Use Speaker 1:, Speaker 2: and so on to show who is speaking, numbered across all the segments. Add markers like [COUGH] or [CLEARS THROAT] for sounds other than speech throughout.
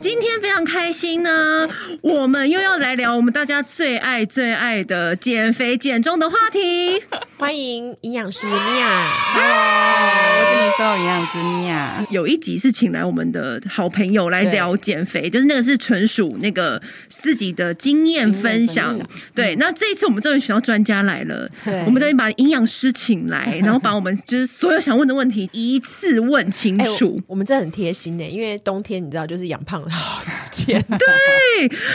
Speaker 1: 今天非常开心呢，我们又要来聊我们大家最爱最爱的减肥减重的话题。
Speaker 2: 欢迎营养师米娅。
Speaker 3: 我是你说营养师米娅，
Speaker 1: 有一集是请来我们的好朋友来聊减肥，就是那个是纯属那个自己的经验分享。
Speaker 3: 经验分嗯
Speaker 1: 对，那这一次我们终于选到专家来了，
Speaker 3: 对
Speaker 1: 我们终于把营养师请来，然后把我们就是所有想问的问题一次问清
Speaker 2: 哎、
Speaker 1: 楚。
Speaker 2: 我我们真的很贴心呢、因为冬天你知道就是养胖的好时
Speaker 3: [LAUGHS]
Speaker 2: 间。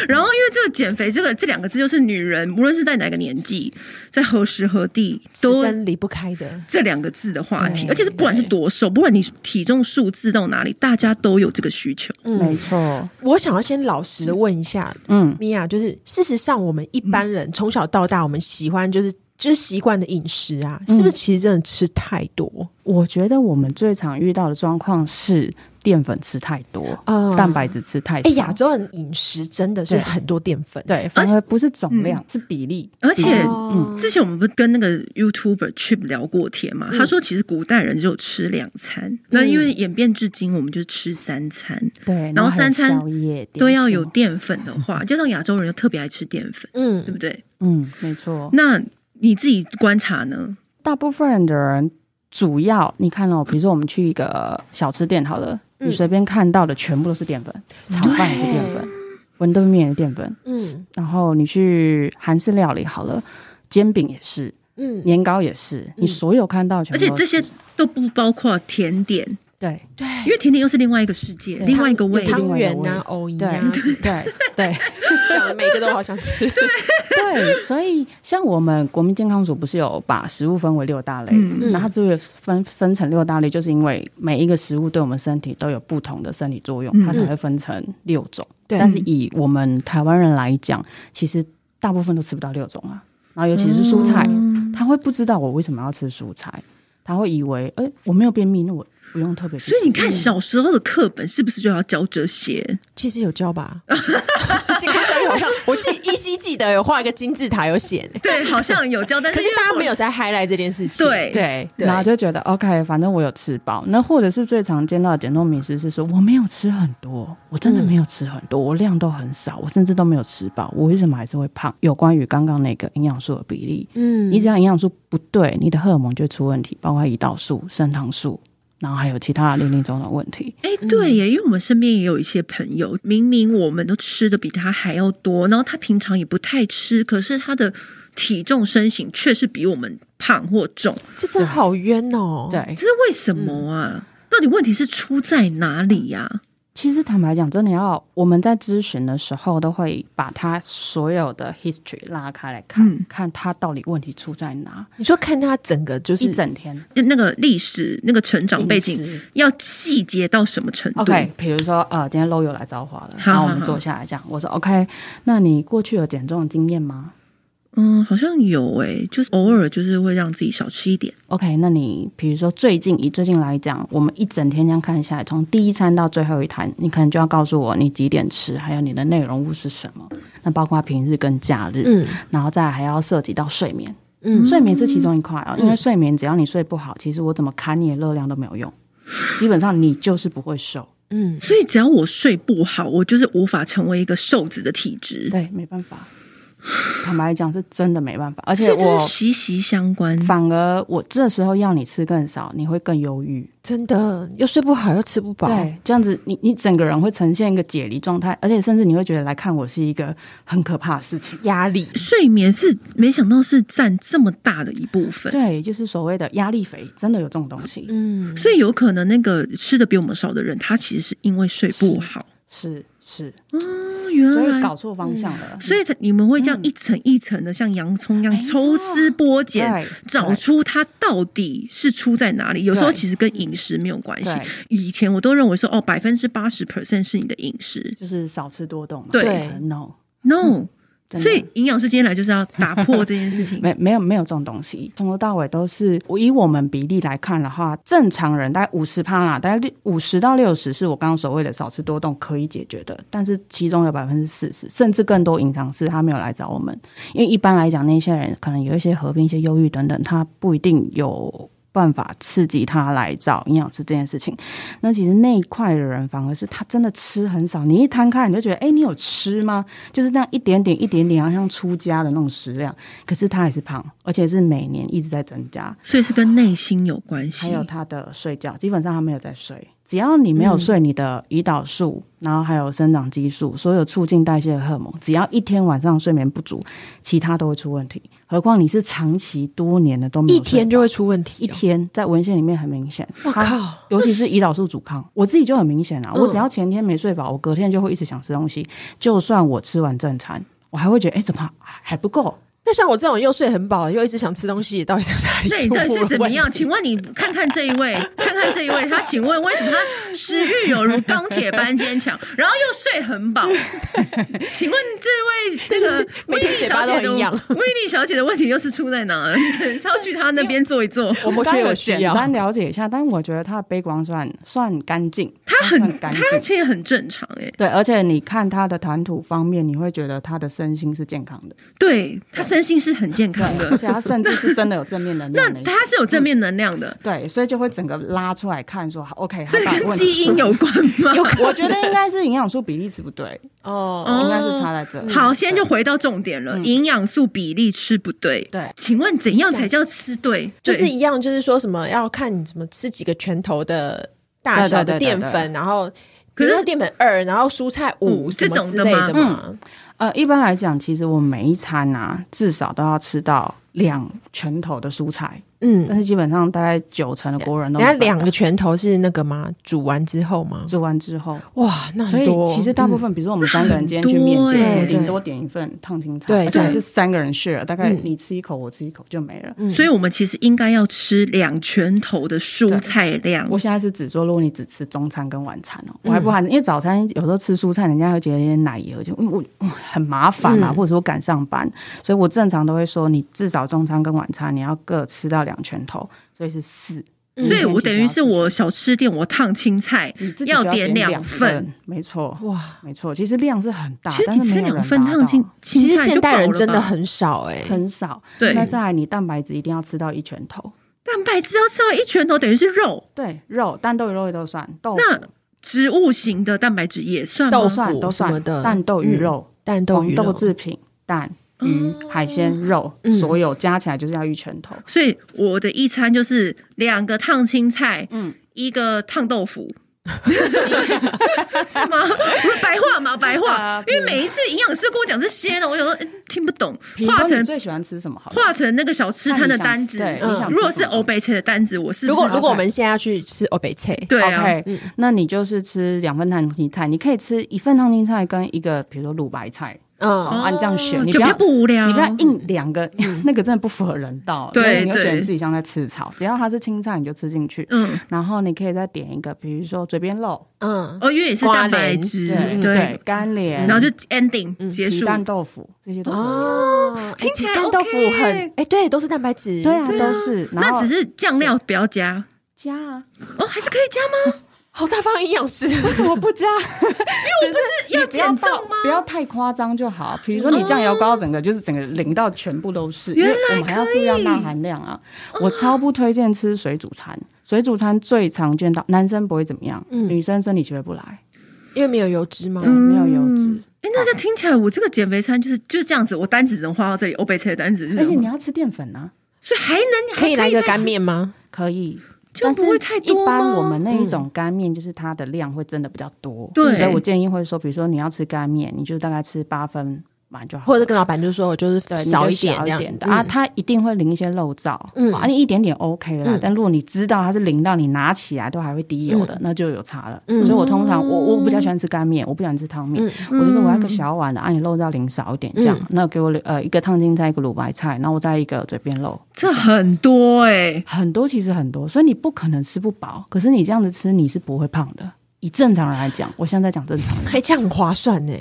Speaker 1: 然后，因为这个减肥这个这两个字，就是女人无论是在哪个年纪，在何时何地，
Speaker 2: 此
Speaker 1: 都
Speaker 2: 生离不开的。
Speaker 1: 这两个字的话题，
Speaker 2: 对
Speaker 1: 而且是不管是多瘦，不管你体重数字到哪里，大家都有这个需求。
Speaker 3: 没错，
Speaker 2: 我想要先老实的问一下
Speaker 3: 嗯，
Speaker 2: 米娅，就是事实上我们一般人从小到大，我们喜欢就是就是习惯的饮食啊，
Speaker 3: 嗯
Speaker 2: 是不是其实真的吃太多？
Speaker 3: 我觉得我们最常遇到的状况是淀粉吃太多，
Speaker 2: 啊
Speaker 3: 蛋白质吃太少。
Speaker 2: 哎，亚洲人饮食真的是
Speaker 3: 对
Speaker 2: 很多淀粉。
Speaker 3: 对，反而不是总量，是比例。
Speaker 1: 而且
Speaker 3: 嗯
Speaker 2: 哦
Speaker 1: 之前我们不是跟那个 YouTuber Chip 聊过天嘛？
Speaker 2: 嗯
Speaker 1: 他说其实古代人只有吃两餐，那因为演变至今，我们就吃三餐，
Speaker 3: 对，
Speaker 1: 然后
Speaker 3: 还有
Speaker 1: 三餐
Speaker 3: 宵夜
Speaker 1: 都要有
Speaker 3: 点
Speaker 1: 淀
Speaker 3: 心
Speaker 1: 粉的话，加上亚洲人又特别爱吃淀粉，
Speaker 2: 嗯
Speaker 1: 对不对？
Speaker 3: 嗯，没错。
Speaker 1: 那你自己观察呢？
Speaker 3: 大部分的人主要你看哦，比如说我们去一个小吃店好了，
Speaker 2: 嗯
Speaker 3: 你随便看到的全部都是淀粉，炒饭也是淀粉，馄饨面也是淀粉，
Speaker 2: 嗯
Speaker 3: 然后你去韩式料理好了，煎饼也是，
Speaker 2: 嗯，
Speaker 3: 年糕也是，你所有看到全
Speaker 1: 而
Speaker 3: 部
Speaker 1: 且
Speaker 3: 都是，
Speaker 1: 这些都不包括甜点，
Speaker 3: 对
Speaker 1: 因为甜点又是另外一个世界，
Speaker 3: 对
Speaker 1: 另外一个
Speaker 2: 有
Speaker 1: 味道。
Speaker 3: 味
Speaker 2: 汤圆呐、藕泥啊，
Speaker 3: 对对
Speaker 1: [LAUGHS]
Speaker 3: 对
Speaker 2: 讲的每个都好想吃。
Speaker 3: [LAUGHS]
Speaker 2: 嗯
Speaker 3: 对，所以像我们国民健康署不是有把食物分为六大类，
Speaker 1: 嗯
Speaker 3: 那它之所以分分成六大类，就是因为每一个食物对我们身体都有不同的身体作用，
Speaker 1: 嗯
Speaker 3: 它才会分成六种。
Speaker 2: 对
Speaker 3: 但是以我们台湾人来讲，其实大部分都吃不到六种啊，然后尤其是蔬菜，
Speaker 1: 嗯
Speaker 3: 他会不知道我为什么要吃蔬菜，他会以为，哎、我没有便秘，那我不用特别去吃。嗯
Speaker 1: 所以你看，小时候的课本是不是就要教这些？
Speaker 2: 其实有教吧， [LAUGHS] 健康教育好像 [LAUGHS] 我记依稀记得有画一个金字塔有写呢，
Speaker 1: 对，好像有教，但
Speaker 2: 可
Speaker 1: 是
Speaker 2: 是大家没
Speaker 1: 有
Speaker 2: 有在 highlight 这件事情。
Speaker 1: 对
Speaker 3: 对，
Speaker 2: 对
Speaker 3: 然后就觉得 OK，反正我有吃饱。那或者是最常见到的减重迷思是说，我没有吃很多，我真
Speaker 2: 嗯
Speaker 3: 的没有吃很多，我量都很少，我甚至都没有吃饱，我为什么还是会胖？有关于刚刚那个营养素的比例，
Speaker 2: 嗯
Speaker 3: 你只要营养素不对，你的荷尔蒙就会出问题，包括胰岛素、升糖素，然后还有其他的零零总总问题。
Speaker 1: 哎、对耶，因为我们身边也有一些朋友，明明我们都吃的比他还要多，然后他平常也不太吃，可是他的体重身形却是比我们胖或重，
Speaker 2: 这真的好冤哦。
Speaker 3: 对
Speaker 1: 这，是为什么啊？到底问题是出在哪里呀、
Speaker 3: 其实坦白讲，真的要我们在咨询的时候，都会把他所有的 history 拉开来看，
Speaker 1: 嗯
Speaker 3: 看他到底问题出在哪，
Speaker 2: 你说看他整个就是
Speaker 3: 一整天。
Speaker 1: 那个历史、那个成长背景
Speaker 3: 饮食
Speaker 1: 要细节到什么程度
Speaker 3: OK，比如说呃，今天 l o 又来找我了，
Speaker 1: 好
Speaker 3: 然后
Speaker 1: 好
Speaker 3: 我们
Speaker 1: 好
Speaker 3: 坐下来讲，我说 OK，那你过去有减重的经验吗
Speaker 1: 嗯，好像有哎，就是偶尔就是会让自己少吃一点。
Speaker 3: ？OK，那你比如说最近以最近来讲，我们一整天这样看下来，从第一餐到最后一餐，你可能就要告诉我你几点吃，还有你的内容物是什么，那包括平日跟假日，
Speaker 2: 嗯
Speaker 3: 然后再来还要涉及到睡眠，
Speaker 2: 嗯
Speaker 3: 睡眠是其中一块
Speaker 1: 嗯
Speaker 3: 哦，因为睡眠只要你睡不好，其实我怎么砍你的热量都没有用，基本上你就是不会瘦，
Speaker 2: 嗯，
Speaker 1: 所以只要我睡不好，我就是无法成为一个瘦子的体质。
Speaker 3: 对，没办法。坦白讲，是真的没办法，而且
Speaker 1: 所以这
Speaker 3: 我
Speaker 1: 是息息相关。
Speaker 3: 反而我这时候要你吃更少，你会更忧郁。
Speaker 2: 真的又睡不好又吃不饱。
Speaker 3: 对，这样子你你整个人会呈现一个解离状态，而且甚至你会觉得来看我是一个很可怕的事情。
Speaker 2: 压力，
Speaker 1: 睡眠是没想到是占这么大的一部分，
Speaker 3: 对，就是所谓的压力肥，真的有这种东西。
Speaker 2: 嗯，
Speaker 1: 所以有可能那个吃的比我们少的人，他其实是因为睡不好。
Speaker 3: 是是，
Speaker 1: 哦，原
Speaker 3: 所以
Speaker 1: 来。
Speaker 3: 搞错方向了。
Speaker 1: 所以他你们会这样一层一层的，像洋葱一样
Speaker 3: 没
Speaker 1: 抽
Speaker 3: 错
Speaker 1: 丝剥茧
Speaker 3: 对，
Speaker 1: 找
Speaker 3: 对
Speaker 1: 出它到底是出在哪里。有时候其实跟饮食没有关系
Speaker 3: 对。
Speaker 1: 以前我都认为说，哦，百分之八十 percent 是你的饮食
Speaker 3: 就是少吃多动嘛。
Speaker 1: 对
Speaker 3: ，no，
Speaker 1: ，no，
Speaker 3: 嗯真的
Speaker 1: 所以营养师今天来就是要打破这件事情。
Speaker 3: [LAUGHS] 没没有没有这种东西，从头到尾都是我以我们比例来看的话，正常人大概五十趴啦，大概六五十到六十是我刚刚所谓的少吃多动可以解决的，但是其中有百分之四十甚至更多隐藏是他没有来找我们，因为一般来讲那些人可能有一些合并一些忧郁等等，他不一定有。办法刺激他来找营养师这件事情，那其实那一块的人反而是他真的吃很少，你一摊开你就觉得，哎、你有吃吗？就是这样一点点一点点，好像出家的那种食量，可是他还是胖，而且是每年一直在增加。
Speaker 1: 所以是跟内心有关
Speaker 3: 还
Speaker 1: 系，
Speaker 3: 有他的睡觉，基本上他没有在睡。只要你没有睡，你的胰岛素，然后还有生长激素，所有促进代谢的荷尔蒙，只要一天晚上睡眠不足，其他都会出问题。何况你是长期多年的都没有
Speaker 2: 一
Speaker 3: 睡
Speaker 2: 天
Speaker 3: 饱
Speaker 2: 就会出问题、哦
Speaker 3: 一，天，在文献里面很明显。
Speaker 2: 我
Speaker 3: 它
Speaker 2: 靠！
Speaker 3: 尤其是胰岛素阻抗，我自己就很明显啊。
Speaker 2: 嗯
Speaker 3: 我只要前天没睡饱，我隔天就会一直想吃东西。就算我吃完正餐，我还会觉得，哎、怎么还不够？
Speaker 2: 那像我这种又睡很饱又一直想吃东西，到底在哪里
Speaker 1: 那你
Speaker 2: 出
Speaker 1: 到底
Speaker 2: 了
Speaker 1: 是怎么
Speaker 2: 问
Speaker 1: 样？
Speaker 2: 题
Speaker 1: 请问你看看这一位，看看这一位，他请问为什么他食欲有如钢铁般坚强，然后又睡很饱？ [LAUGHS] 请问
Speaker 2: [LAUGHS]
Speaker 1: 这位那个
Speaker 2: 就是每
Speaker 1: 威
Speaker 2: 天
Speaker 1: 利
Speaker 2: 嘴
Speaker 1: 小
Speaker 2: 巴都
Speaker 1: 姐的
Speaker 2: 很痒
Speaker 1: 威利小姐的问题又是出在哪了？ [LAUGHS] 你可能是要去她那边坐一坐。
Speaker 2: 我们
Speaker 3: 刚
Speaker 2: 觉得
Speaker 3: 有
Speaker 2: 有需
Speaker 3: 简
Speaker 2: 要，
Speaker 3: 单了解一下，但我觉得他的背光算算干净，
Speaker 1: 她
Speaker 3: 算
Speaker 1: 很，
Speaker 3: 干
Speaker 1: 她
Speaker 3: 净。
Speaker 1: 其实很正常哎、
Speaker 3: 对，而且你看他的谈吐方面，你会觉得他的身心是健康的，
Speaker 1: 对她身心是很健康
Speaker 3: 而
Speaker 1: 的，
Speaker 3: 且他甚至是真的有正面能
Speaker 1: 那
Speaker 3: 量的一个。
Speaker 1: 她是有正面能量
Speaker 2: 嗯
Speaker 1: 的，
Speaker 3: 对，所以就会整个拉出来看说好，OK，他
Speaker 1: 所以
Speaker 3: 把
Speaker 1: 跟
Speaker 3: 问题
Speaker 1: 基因有关
Speaker 2: [LAUGHS]
Speaker 1: 吗？
Speaker 3: 我觉得应该是营养素比例值不对，
Speaker 2: 哦，
Speaker 1: 哦
Speaker 3: 应该是差在这。
Speaker 1: 好，现在就回到重点
Speaker 2: 嗯
Speaker 1: 了，营养素比例吃不对。
Speaker 3: 对
Speaker 1: 请问怎样才叫吃对？
Speaker 2: 就是
Speaker 1: 对
Speaker 2: 一样，就是说什么要看你什么吃几个拳头的大小的
Speaker 3: 对对对对
Speaker 2: 淀
Speaker 3: 对
Speaker 2: 粉，然后
Speaker 1: 可
Speaker 2: 比
Speaker 1: 是
Speaker 2: 如说淀粉二，然后蔬菜五
Speaker 1: 嗯
Speaker 2: 什么
Speaker 1: 这种
Speaker 2: 之
Speaker 1: 的
Speaker 2: 类
Speaker 1: 吗
Speaker 2: 的嘛。
Speaker 3: 呃，一般来讲，其实我每一餐啊，至少都要吃到两拳头的蔬菜，
Speaker 2: 嗯，
Speaker 3: 但是基本上大概九成的国人都
Speaker 2: 人
Speaker 3: 没
Speaker 2: 家
Speaker 3: 办法
Speaker 2: 两个拳头是那个吗？煮完之后吗？
Speaker 3: 做完之后，
Speaker 2: 哇，那
Speaker 3: 所
Speaker 2: 很
Speaker 3: 以
Speaker 2: 多。哦嗯
Speaker 3: 其实大部分，比如说我们三个人今天去面
Speaker 1: 很多欸
Speaker 3: 店，我
Speaker 2: 对
Speaker 3: 顶多点一份烫青菜，
Speaker 2: 对
Speaker 3: 而且还
Speaker 2: 对
Speaker 3: 是三个人 share，大概
Speaker 2: 嗯
Speaker 3: 你吃一口，我吃一口就没了。
Speaker 1: 所以我们其实应该要吃两拳头的蔬菜量
Speaker 3: 我。现在是只说，如果你只吃中餐跟晚餐哦，
Speaker 1: 嗯
Speaker 3: 我还不含，因为早餐有时候吃蔬菜，人家会觉得有点奶油，就嗯我嗯很麻烦啊，
Speaker 2: 嗯
Speaker 3: 或者说赶上班，所以我正常都会说，你至少中餐跟晚餐你要各吃到两拳头，所以是四。
Speaker 2: 嗯
Speaker 1: 所以我等于是我小吃店，我烫青菜
Speaker 3: 你自己就
Speaker 1: 要
Speaker 3: 要
Speaker 1: 点两
Speaker 3: 两
Speaker 1: 份。，
Speaker 3: 没错，
Speaker 2: 哇，
Speaker 3: 没错，其实量是很
Speaker 2: 啊
Speaker 3: 大，
Speaker 1: 其实
Speaker 3: 但
Speaker 1: 你
Speaker 3: 是
Speaker 1: 吃
Speaker 3: 没有
Speaker 1: 两
Speaker 3: 人
Speaker 1: 份
Speaker 3: 达
Speaker 1: 烫
Speaker 3: 到
Speaker 1: 青青
Speaker 2: 其实
Speaker 1: 菜
Speaker 2: 现
Speaker 1: 就
Speaker 2: 代
Speaker 1: 饱
Speaker 2: 人
Speaker 1: 了
Speaker 2: 真的
Speaker 1: 吧
Speaker 2: 很少哎，
Speaker 3: 很少。
Speaker 1: 对
Speaker 3: 那再来，你蛋白质一定要吃到一拳头。
Speaker 1: 蛋白质要吃到一拳头，等于是肉。
Speaker 3: 对，肉、蛋豆鱼肉也都算，豆腐
Speaker 1: 那植物型的蛋白质也算吗
Speaker 2: 豆
Speaker 3: 都
Speaker 2: 腐
Speaker 3: 算都
Speaker 2: 什么
Speaker 3: 算
Speaker 2: 的
Speaker 3: 蛋豆鱼
Speaker 1: 嗯
Speaker 3: 肉、
Speaker 2: 蛋豆
Speaker 3: 黄
Speaker 2: 鱼哦
Speaker 3: 豆
Speaker 2: 肉
Speaker 3: 制品、蛋、
Speaker 1: 哦
Speaker 3: 鱼、海鲜、肉，
Speaker 2: 嗯
Speaker 3: 所有加起来就是要一拳头。
Speaker 1: 所以我的一餐就是两个烫青菜，
Speaker 3: 嗯，
Speaker 1: 一个烫
Speaker 2: [LAUGHS]
Speaker 1: 豆腐。是吗？不是白话嘛，白话
Speaker 3: 啊。
Speaker 1: 因为每一次营养师跟我讲这些呢，我想说、诶嗯听不懂，
Speaker 3: 平
Speaker 1: 画
Speaker 3: 东，你
Speaker 1: 成
Speaker 3: 最喜欢吃什么？好了，
Speaker 1: 画成那个小吃摊的单子。
Speaker 3: 看你想吃对
Speaker 2: 你想吃
Speaker 1: 如果是
Speaker 3: 什么
Speaker 1: 欧贝切的单子，我是不
Speaker 2: 如
Speaker 1: 是
Speaker 2: 果
Speaker 1: 要
Speaker 2: 如果我们现在要去吃欧北菜，
Speaker 1: 对啊
Speaker 3: OK，、
Speaker 2: 嗯
Speaker 3: 那你就是吃两份烫青菜，你可以吃一份烫青菜跟一个，比如说卤白菜，
Speaker 2: 嗯，
Speaker 3: 按这样选，哦你
Speaker 1: 哦就比
Speaker 3: 不要
Speaker 1: 较不无聊。
Speaker 3: 你不要硬两个， [LAUGHS] 那个真的不符合人道。
Speaker 1: 对
Speaker 3: 那你会觉
Speaker 1: 对
Speaker 3: 得你自己像在吃草。只要它是青菜，你就吃进去。
Speaker 1: 嗯，
Speaker 3: 然后你可以再点一个，比如说嘴边肉，
Speaker 2: 嗯，
Speaker 1: 哦，因为也是蛋白质，
Speaker 3: 对、
Speaker 2: 嗯
Speaker 1: 对
Speaker 3: 对，，干莲，
Speaker 1: 然后就 ending、结
Speaker 3: 皮
Speaker 1: 束。
Speaker 3: 蛋豆腐这些都可以。啊
Speaker 2: 哦，
Speaker 1: 听起来
Speaker 2: 哎蛋豆腐
Speaker 1: OK
Speaker 2: 很哎，对，都是蛋白质，
Speaker 3: 对啊，都是。然
Speaker 1: 那
Speaker 3: 后
Speaker 1: 只是酱料不要加
Speaker 3: 加啊，
Speaker 1: 哦，还是可以加吗？
Speaker 3: [LAUGHS]
Speaker 2: 好大方的营养 [LAUGHS] 师，
Speaker 3: 为什么不加？因为
Speaker 1: 是要
Speaker 3: 不要
Speaker 1: 减重
Speaker 3: 到
Speaker 1: 吗？哦
Speaker 3: 不要太夸张就好。比如说你酱油膏整个就是整个淋到全部都是，因为我们还要注意到钠含量啊。
Speaker 1: 嗯
Speaker 3: 我超不推荐吃水煮餐，水煮餐最常见到男生不会怎么样，
Speaker 2: 嗯
Speaker 3: 女生生理期会不来，
Speaker 2: 因为没有油脂吗？
Speaker 3: 对没有油脂
Speaker 1: 嗯。哎、那这听起来我这个减肥餐就是就是这样子，我单子只能花到这里，欧贝切的单子就是这
Speaker 3: 而且
Speaker 1: 样
Speaker 3: 你，要吃淀粉啊，
Speaker 1: 所以还能
Speaker 2: 可以来一个干，
Speaker 1: 还再吃
Speaker 2: 面吗？
Speaker 3: 可以。
Speaker 1: 这样不
Speaker 3: 但是
Speaker 1: 会太多
Speaker 3: 一般
Speaker 1: 吗
Speaker 3: 我们那一种干面，就是它的量会真的比较多。
Speaker 1: 对
Speaker 3: 所以我建议会说，比如说你要吃干面，你就大概吃八分满就好了，
Speaker 2: 或者跟老板就说我就是
Speaker 3: 对，你就
Speaker 2: 少一点
Speaker 3: 小
Speaker 2: 这
Speaker 3: 一
Speaker 2: 样
Speaker 3: 点的、
Speaker 2: 嗯
Speaker 3: 啊，它一定会淋一些肉燥，
Speaker 2: 嗯
Speaker 3: 嗯，啊，你一点点 OK 啦。
Speaker 2: 嗯
Speaker 3: 但如果你知道它是淋到你拿起来都还会滴油的，那就有差了。
Speaker 2: 嗯
Speaker 3: 所以我通常我我比较喜欢吃干面，我不喜欢吃汤面，我就说我要一个小碗的，啊，你肉燥淋少一点这样。
Speaker 2: 嗯
Speaker 3: 那给我呃一个烫青菜，一个卤白菜，然后我再一个嘴边肉，
Speaker 1: 这很多哎、
Speaker 3: 很多其实很多，所以你不可能吃不饱。可是你这样子吃，你是不会胖的。以正常人来讲，我现在在讲正常人，
Speaker 2: 哎，这样很划算呢。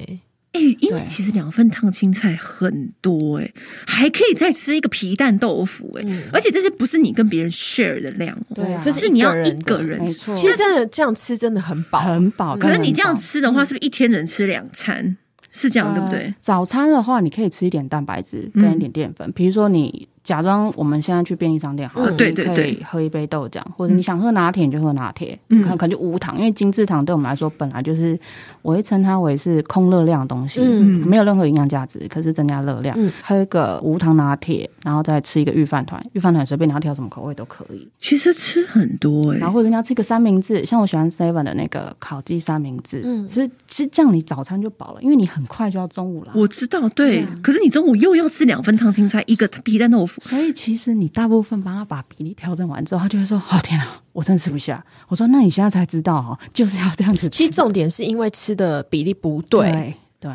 Speaker 1: 哎、因为
Speaker 3: 对
Speaker 1: 其实两份烫青菜很多哎、还可以再吃一个皮蛋豆腐哎、
Speaker 2: 嗯
Speaker 1: 而且这些不是你跟别人 share 的量哦，
Speaker 3: 对啊
Speaker 1: 这是你要一个人
Speaker 3: 没
Speaker 1: 吃。
Speaker 3: 错，
Speaker 2: 其实真的这样吃真的嗯很饱，
Speaker 3: 很饱。
Speaker 1: 可
Speaker 3: 真的
Speaker 1: 是你
Speaker 3: 很
Speaker 1: 这样
Speaker 3: 饱
Speaker 1: 吃的话，是不是一天人吃两餐？是这样对不对
Speaker 3: 呃？早餐的话，你可以吃一点蛋白质
Speaker 1: 嗯
Speaker 3: 跟一点淀粉，比如说你假装我们现在去便利商店好了，
Speaker 2: 嗯
Speaker 3: 你
Speaker 1: 哦对对
Speaker 3: 可以
Speaker 1: 对
Speaker 3: 喝一杯豆浆，或者你想喝拿铁你就喝拿铁，
Speaker 1: 嗯
Speaker 3: 可能可能就无糖，因为精制糖对我们来说本来就是，我会称它为是空热量的东西，
Speaker 2: 嗯
Speaker 3: 没有任何营养价值，可是增加热量。
Speaker 2: 嗯
Speaker 3: 喝一个无糖拿铁，然后再吃一个预饭团，预饭团随便你要挑什么口味都可以，
Speaker 1: 其实吃很多哎、
Speaker 3: 然后或者你要吃一个三明治，像我喜欢 Seven 的那个烤鸡三明治，
Speaker 2: 嗯
Speaker 3: 所以其实这样你早餐就饱了，因为你很快就要中午啦。啊
Speaker 1: 我知道，对
Speaker 3: 对啊。
Speaker 1: 可是你中午又要吃两份烫青菜，一个皮蛋豆
Speaker 3: [LAUGHS]
Speaker 1: 腐。
Speaker 3: 所以其实你大部分帮他把比例调整完之后，他就会说：“哦天啊，我真的吃不下。”我说：“那你现在才知道哦， [LAUGHS] 就是要这样子吃。”
Speaker 2: 其实重点是因为吃的比例不对，
Speaker 3: 对对，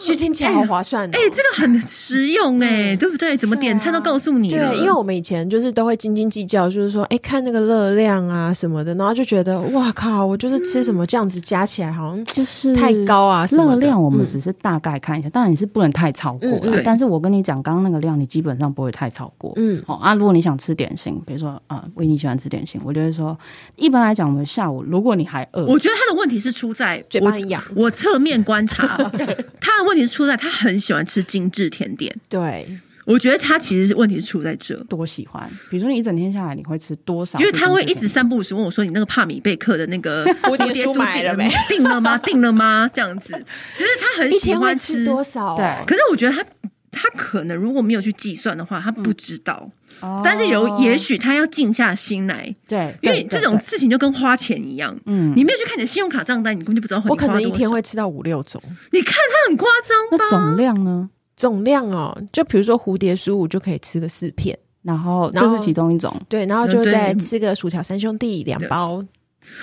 Speaker 2: 其实听起来好划算、哦。
Speaker 1: 哎、这个很实用哎、对不对？怎么点餐都告诉你了。
Speaker 2: 对，因为我们以前就是都会斤斤计较，就是说，哎，看那个热量啊什么的，然后就觉得，哇靠，我就是吃什么这样子加起来好像
Speaker 3: 就是
Speaker 2: 太。高啊，什么的
Speaker 3: 嗯热量我们
Speaker 2: 嗯
Speaker 3: 只是大概看一下，当然你是不能太超过
Speaker 2: 嗯
Speaker 3: 了
Speaker 1: 对。
Speaker 3: 但是我跟你讲，刚刚那个量你基本上不会太超过。
Speaker 2: 嗯
Speaker 3: 哦啊，如果你想吃点心，比如说啊，维尼喜欢吃点心，我就会说，一般来讲，我们下午如果你还饿，
Speaker 1: 我觉得他的问题是出在
Speaker 2: 嘴巴很痒
Speaker 1: 我我侧面观察，他的问题是出在他很喜欢吃精致甜点。
Speaker 2: 对，
Speaker 1: 我觉得他其实是问题是出在这，
Speaker 3: 多喜欢，比如说你一整天下来你会吃多少？
Speaker 1: 因为他会一直三不五时问我说：“你那个帕米贝克的那
Speaker 2: [LAUGHS]
Speaker 1: 个蝴
Speaker 2: 蝶酥买了没？
Speaker 1: 订
Speaker 2: [LAUGHS]
Speaker 1: 了吗？订了吗？”这样子，就是他很
Speaker 2: 一
Speaker 1: 喜
Speaker 2: 天会
Speaker 1: 欢
Speaker 2: 吃多少、哦？
Speaker 3: 对
Speaker 1: 可是我觉得他他可能如果没有去计算的话，
Speaker 2: 嗯
Speaker 1: 他不知道。
Speaker 3: 哦，
Speaker 1: 但是有，也许他要静下心来，
Speaker 3: 对，
Speaker 1: 因
Speaker 3: 对
Speaker 1: 为这种
Speaker 3: 对
Speaker 1: 事情就跟花钱一样，
Speaker 3: 嗯
Speaker 1: 你没有去看你的信用卡账单，你根本就不知道你
Speaker 2: 我可能
Speaker 1: 花多
Speaker 2: 一
Speaker 1: 少
Speaker 2: 天会，吃到五六种
Speaker 1: 你看他很夸张
Speaker 3: 那
Speaker 1: 吧？
Speaker 3: 总量呢？
Speaker 2: 总量哦，就比如说蝴蝶酥，我就可以吃个四片，
Speaker 3: 然后
Speaker 2: 然
Speaker 3: 这
Speaker 2: 后
Speaker 3: 是其中一种
Speaker 2: 对，然后
Speaker 1: 嗯
Speaker 2: 就
Speaker 1: 对
Speaker 2: 再吃个薯条三兄弟两
Speaker 1: 对
Speaker 2: 包，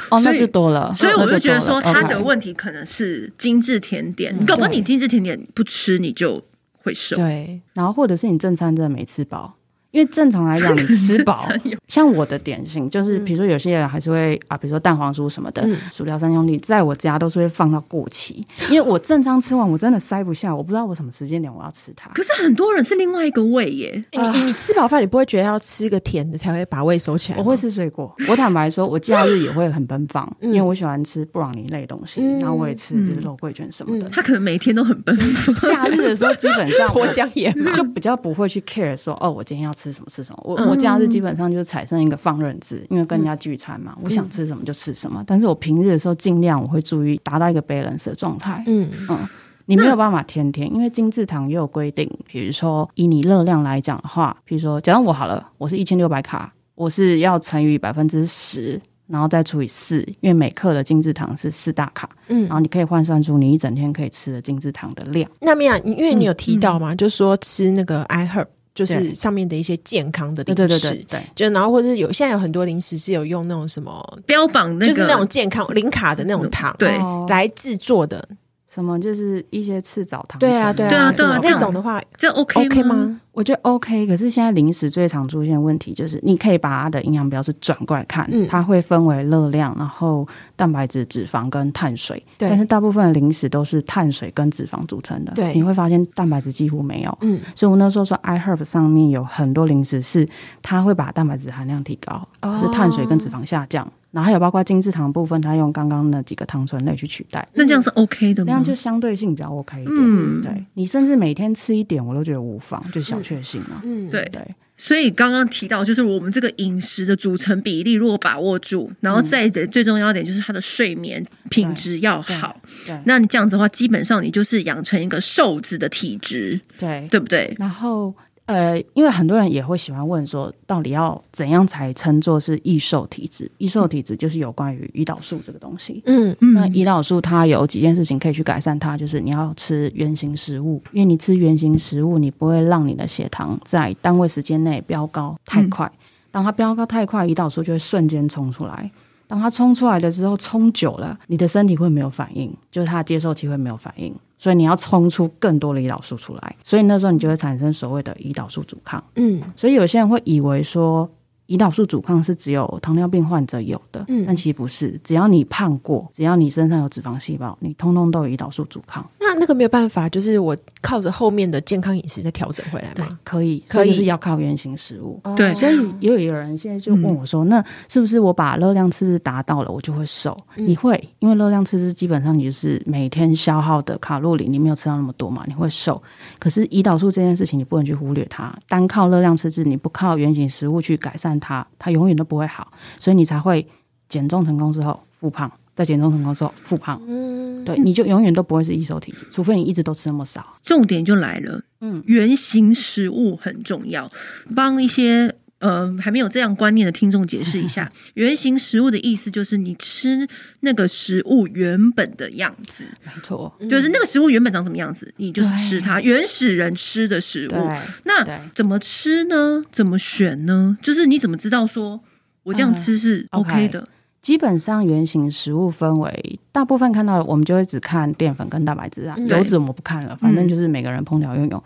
Speaker 3: 哦，
Speaker 1: 所
Speaker 3: 那
Speaker 1: 以
Speaker 3: 就多了。
Speaker 1: 所以我
Speaker 3: 那
Speaker 1: 就
Speaker 3: 就
Speaker 1: 觉得说，
Speaker 3: 多了
Speaker 1: 他的
Speaker 3: OK
Speaker 1: 问题可能是精致甜
Speaker 2: 嗯
Speaker 1: 点，搞不好
Speaker 3: 对
Speaker 1: 你精致甜点不吃，你就会瘦。
Speaker 2: 对，
Speaker 3: 然后或者是你正餐真的没吃饱，因为正常来 [LAUGHS] 讲你吃
Speaker 1: [LAUGHS]
Speaker 3: 饱，像我的点心就是，比如说有些人还是会啊，比如说蛋黄酥什么的，薯条三兄弟，在我家都是会放到过期，因为我正餐吃完我真的塞不下，我不知道我什么时间点我要吃它。
Speaker 1: 可是很多人是另外一个胃耶，
Speaker 2: 哎你你吃饱饭，你不会觉得要吃个甜的才会把胃收起来吗？
Speaker 3: 我会吃水果，我坦白说，我假日也会很奔放，因为我喜欢吃布朗尼类的东西，
Speaker 2: 嗯
Speaker 3: 然后我也吃就是肉桂卷什么的。
Speaker 1: 他可能每天都很奔波。
Speaker 3: [LAUGHS] 假日的时候基本上 [LAUGHS] 我
Speaker 2: 脱缰野马。
Speaker 3: 就比较不会去 care 说哦，我今天要吃什么吃什么。我、我假日基本上就是产生一个放任制，因为跟人家聚餐嘛，我想吃什么就吃什么。但是我平日的时候尽量我会注意达到一个 balance 的状态。
Speaker 2: 嗯，
Speaker 3: 你没有办法天天，因为精致糖也有规定，比如说以你热量来讲的话，比如说假如我好了，我是一千六百卡，我是要乘以百分之十。然后再除以四，因为每克的精致糖是四大卡，
Speaker 2: 嗯
Speaker 3: 然后你可以换算出你一整天可以吃的精致糖的量。
Speaker 2: 那米娅，你因为你有提
Speaker 1: 嗯
Speaker 2: 到嘛，就说吃那个 iHerb，就是
Speaker 3: 对
Speaker 2: 上面的一些健康的零
Speaker 3: 对
Speaker 2: 食，
Speaker 3: 对对对对，
Speaker 2: 就然后或者是有现在有很多零食是有用那种什么，
Speaker 1: 标榜那个
Speaker 2: 就是那种健康零卡的那种糖，
Speaker 1: 对
Speaker 3: 哦
Speaker 2: 来制作的。
Speaker 3: 什么就是一些赤藻糖
Speaker 2: 对啊，
Speaker 3: 醇
Speaker 2: 对
Speaker 1: 对啊
Speaker 2: 什么
Speaker 1: 对啊
Speaker 2: 那种的话
Speaker 1: 这 OK
Speaker 2: ，OK
Speaker 1: 吗？
Speaker 2: 吗？
Speaker 3: 我觉得 OK。可是现在零食最常出现的问题就是，你可以把它的营养标示转过来看，
Speaker 2: 嗯
Speaker 3: 它会分为热量，然后蛋白质、脂肪跟碳水。
Speaker 2: 对
Speaker 3: 但是大部分的零食都是碳水跟脂肪组成的，
Speaker 2: 对
Speaker 3: 你会发现蛋白质几乎没有。
Speaker 2: 嗯，
Speaker 3: 所以我那时候说，iHerb 上面有很多零食是它会把蛋白质含量提高，
Speaker 2: 哦
Speaker 3: 是碳水跟脂肪下降，然后还有包括精制糖部分，它用刚刚那几个糖醇类去取代。
Speaker 1: 那这样是 OK 的吗？
Speaker 3: 那样就相对性比较 OK 一点。
Speaker 1: 嗯
Speaker 3: 对你甚至每天吃一点，我都觉得无妨，就是小确幸嘛。
Speaker 2: 嗯，
Speaker 1: 对
Speaker 3: 对，
Speaker 1: 所以刚刚提到，就是我们这个饮食的组成比例如果把握住，然后再的最重要一点就是他的睡眠品质要好
Speaker 3: 对对。
Speaker 1: 那你这样子的话，基本上你就是养成一个瘦子的体质，
Speaker 3: 对。
Speaker 1: 对不对？
Speaker 3: 然后呃，因为很多人也会喜欢问说，到底要怎样才称作是易瘦体质？易瘦体质就是有关于胰岛素这个东西。
Speaker 2: 嗯，
Speaker 3: 那胰岛素它有几件事情可以去改善它，就是你要吃原型食物，因为你吃原型食物，你不会让你的血糖在单位时间内飙高太快。当它飙高太快，胰岛素就会瞬间冲出来。当它冲出来的时候，冲久了，你的身体会没有反应，就是它的接受体会没有反应，所以你要冲出更多的胰岛素出来，所以那时候你就会产生所谓的胰岛素阻抗。
Speaker 2: 嗯，
Speaker 3: 所以有些人会以为说胰岛素阻抗是只有糖尿病患者有的，
Speaker 2: 嗯
Speaker 3: 但其实不是，只要你胖过，只要你身上有脂肪细胞，你通通都有胰岛素阻抗。
Speaker 2: 那那个没有办法，就是我靠着后面的健康饮食再调整回来
Speaker 3: 对
Speaker 2: 嘛。，
Speaker 3: 可以，
Speaker 2: 可以
Speaker 3: 所就是要靠原型食物。
Speaker 2: 哦
Speaker 1: 对
Speaker 3: 所以也有有人现在就问我说：“那是不是我把热量赤字达到了，我就会瘦？”你会，因为热量赤字基本上你就是每天消耗的卡路里，你没有吃到那么多嘛，你会瘦。可是胰岛素这件事情，你不能去忽略它。单靠热量赤字，你不靠原型食物去改善它，它永远都不会好。所以你才会减重成功之后复胖，再减重成功之后复胖。
Speaker 2: 嗯，
Speaker 3: 对，你就永远都不会是易瘦体质，除非你一直都吃那么少。
Speaker 1: 重点就来了，
Speaker 3: 嗯，
Speaker 1: 原型食物很重要，帮一些。呃，还没有这样观念的听众解释一
Speaker 3: [LAUGHS]
Speaker 1: 下，原型食物的意思就是你吃那个食物原本的样子，
Speaker 3: 没错，
Speaker 2: 嗯
Speaker 1: 就是那个食物原本长什么样子，你就是
Speaker 3: 嗯对
Speaker 1: 吃它原始人吃的食
Speaker 3: 对
Speaker 1: 物。
Speaker 3: 对
Speaker 1: 那怎么吃呢？怎么选呢？就是你怎么知道说我这样吃是
Speaker 3: 嗯
Speaker 1: OK 的？
Speaker 3: 基本上原型食物分为大部分看到的我们就会只看淀粉跟蛋白质啊，
Speaker 2: 嗯
Speaker 3: 油脂我们不看了，反正就是每个人烹调运用。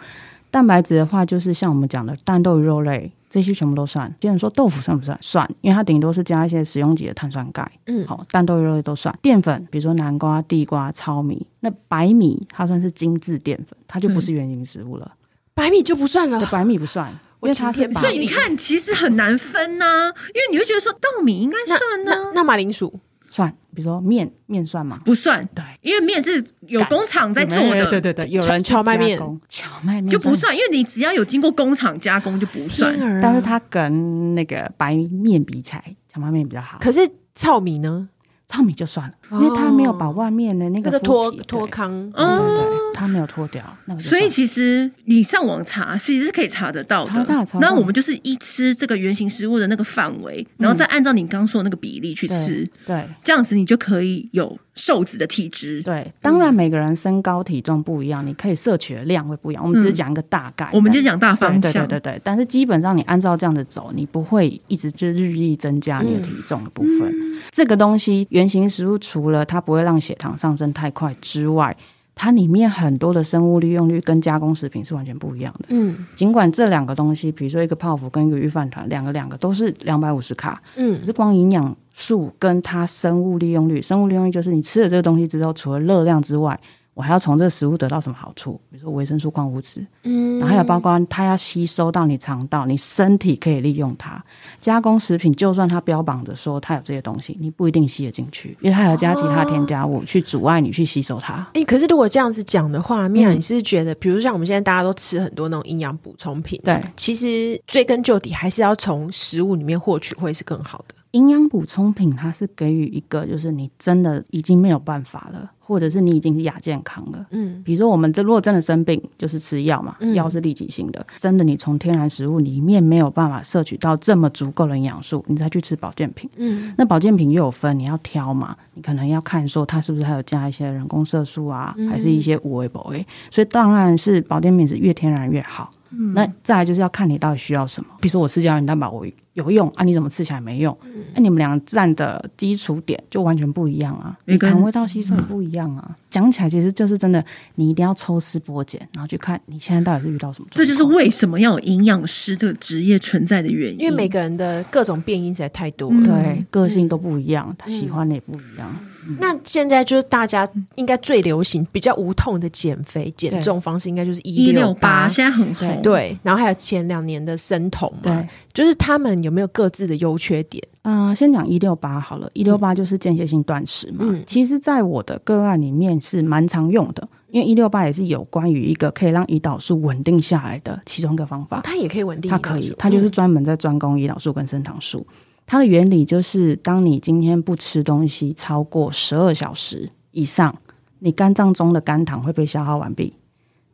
Speaker 3: 蛋白质的话，就是像我们讲的蛋、豆、鱼、肉类这些全部都算。有人说豆腐算不算？算，因为它顶多是加一些食用级的碳酸钙。
Speaker 2: 嗯
Speaker 3: 好，蛋、豆、鱼、肉类都算。淀粉，比如说南瓜、地瓜、糙米，那白米它算是精致淀粉，它就不
Speaker 2: 嗯
Speaker 3: 是原型食物了。
Speaker 2: 白米就不算了
Speaker 3: 对，，白米不算，因为它是
Speaker 2: [LAUGHS] 我今天
Speaker 3: 把
Speaker 1: 所以你看，其实很难分呢、因为你会觉得说稻米应该
Speaker 2: 那
Speaker 3: 啊
Speaker 1: 算啊呢、
Speaker 2: 那那马铃薯
Speaker 3: 算，比如说面面算吗？
Speaker 1: 不算，
Speaker 3: 对。
Speaker 1: 因为面是有工厂在做
Speaker 3: 有没有对
Speaker 1: 的，
Speaker 3: 对对，有人去
Speaker 2: 荞麦
Speaker 3: 加
Speaker 2: 面
Speaker 3: 工，荞麦面
Speaker 1: 就不
Speaker 3: 算
Speaker 1: 算，因为你只要有经过工厂加工就不算
Speaker 2: 天。儿啊
Speaker 3: 但是它跟那个白面比起来，荞麦面比较好。
Speaker 2: 可是糙米呢？
Speaker 3: 糙米就算了，因为它没有把外面的那
Speaker 2: 那
Speaker 3: 个
Speaker 2: 个脱
Speaker 3: 脱皮
Speaker 2: 脱。
Speaker 3: 对
Speaker 2: 糠，
Speaker 1: 嗯
Speaker 3: 对对对，它没有脱掉，那个就
Speaker 1: 所以
Speaker 3: 算
Speaker 1: 其实你上网查，其实是可以查得到
Speaker 3: 啊查到
Speaker 1: 的
Speaker 3: 查。到
Speaker 1: 那我们就是一吃这个原型食物的那个范围，然后再按照你刚说的那个比例去
Speaker 3: 嗯对
Speaker 1: 吃，
Speaker 3: 对
Speaker 1: 这样子你就可以有瘦子的体质。
Speaker 3: 对，当然每个人身高体重不一样，你可以摄取的量会不一样。我们只是讲一个大概，
Speaker 1: 嗯我们就
Speaker 3: 但
Speaker 1: 讲大方向。
Speaker 3: 对对对对对，但是基本上你按照这样子走，你不会一直就是日益增加你的体重的部分。
Speaker 1: 嗯
Speaker 3: 这个东西原型食物除了它不会让血糖上升太快之外，它里面很多的生物利用率跟加工食品是完全不一样的。
Speaker 2: 嗯
Speaker 3: 尽管这两个东西，比如说一个泡芙跟一个御饭团，两个两个都是两百五十卡，可
Speaker 2: 嗯
Speaker 3: 是光营养素跟它生物利用率，生物利用率就是你吃了这个东西之后，除了热量之外，我还要从这个食物得到什么好处？比如说维生素、矿物质，
Speaker 2: 嗯，
Speaker 3: 然后还有包括它要吸收到你肠道，你身体可以利用它。加工食品就算它标榜着说它有这些东西，你不一定吸得进去，因为它还有加其他添加物去阻碍你去吸收它。
Speaker 2: 哎、可是如果这样子讲的话，米娅，
Speaker 3: 嗯
Speaker 2: 你是觉得，比如像我们现在大家都吃很多那种营养补充品，
Speaker 3: 对，
Speaker 2: 其实追根究底还是要从食物里面获取会是更好的。
Speaker 3: 营养补充品它是给予一个就是你真的已经没有办法了，或者是你已经是亚健康了。
Speaker 2: 嗯
Speaker 3: 比如说，我们这如果真的生病，就是吃药嘛
Speaker 2: 嗯，
Speaker 3: 药是立即性的。真的，你从天然食物里面没有办法摄取到这么足够的营养素，你再去吃保健品。
Speaker 2: 嗯
Speaker 3: 那保健品又有分，你要挑嘛，你可能要看说它是不是还有加一些人工色素啊，
Speaker 1: 嗯
Speaker 3: 还是一些五维保维。所以当然是保健品是越天然越好。
Speaker 1: 嗯
Speaker 3: 那再来就是要看你到底需要什么。比如说我吃胶原蛋白，我有用啊，你怎么吃起来没用？
Speaker 1: 嗯
Speaker 3: 那、你们俩站的基础点就完全不一样啊，
Speaker 1: 每
Speaker 3: 你
Speaker 1: 个人
Speaker 3: 肠胃道吸收也不一样啊。讲起来其实就是真的，你一定要抽丝剥茧，然后去看你现在到底是遇到什么状况。
Speaker 1: 这就是为什么要有营养师这个职业存在的原因。
Speaker 2: 因为每个人的各种变因实在太多了。
Speaker 1: 嗯
Speaker 3: 对个性都不一样，他喜欢的也不一样。
Speaker 2: 那现在就是大家
Speaker 3: 嗯
Speaker 2: 应该最流行、比较无痛的减肥减重方式，应该就是
Speaker 1: 一
Speaker 2: 一
Speaker 1: 六
Speaker 2: 六
Speaker 1: 八现在很红，
Speaker 3: 对，
Speaker 2: 对，然后还有前两年的生酮嘛
Speaker 3: 对，
Speaker 2: 就是他们有没有各自的优缺点？
Speaker 3: 嗯、先讲一六八好了，一六八就是间歇性断食嘛。
Speaker 2: 嗯
Speaker 3: 其实在我的个案里面是蛮常用的，因为一六八也是有关于一个可以让胰岛素稳定下来的其中一个方法。
Speaker 2: 哦，它也可以稳定
Speaker 3: 它
Speaker 2: 胰岛素，
Speaker 3: 啊可以，它
Speaker 2: 嗯
Speaker 3: 就是专门在专攻胰岛素跟升糖素。它的原理就是，当你今天不吃东西超过十二小时以上，你肝脏中的肝糖会被消耗完毕，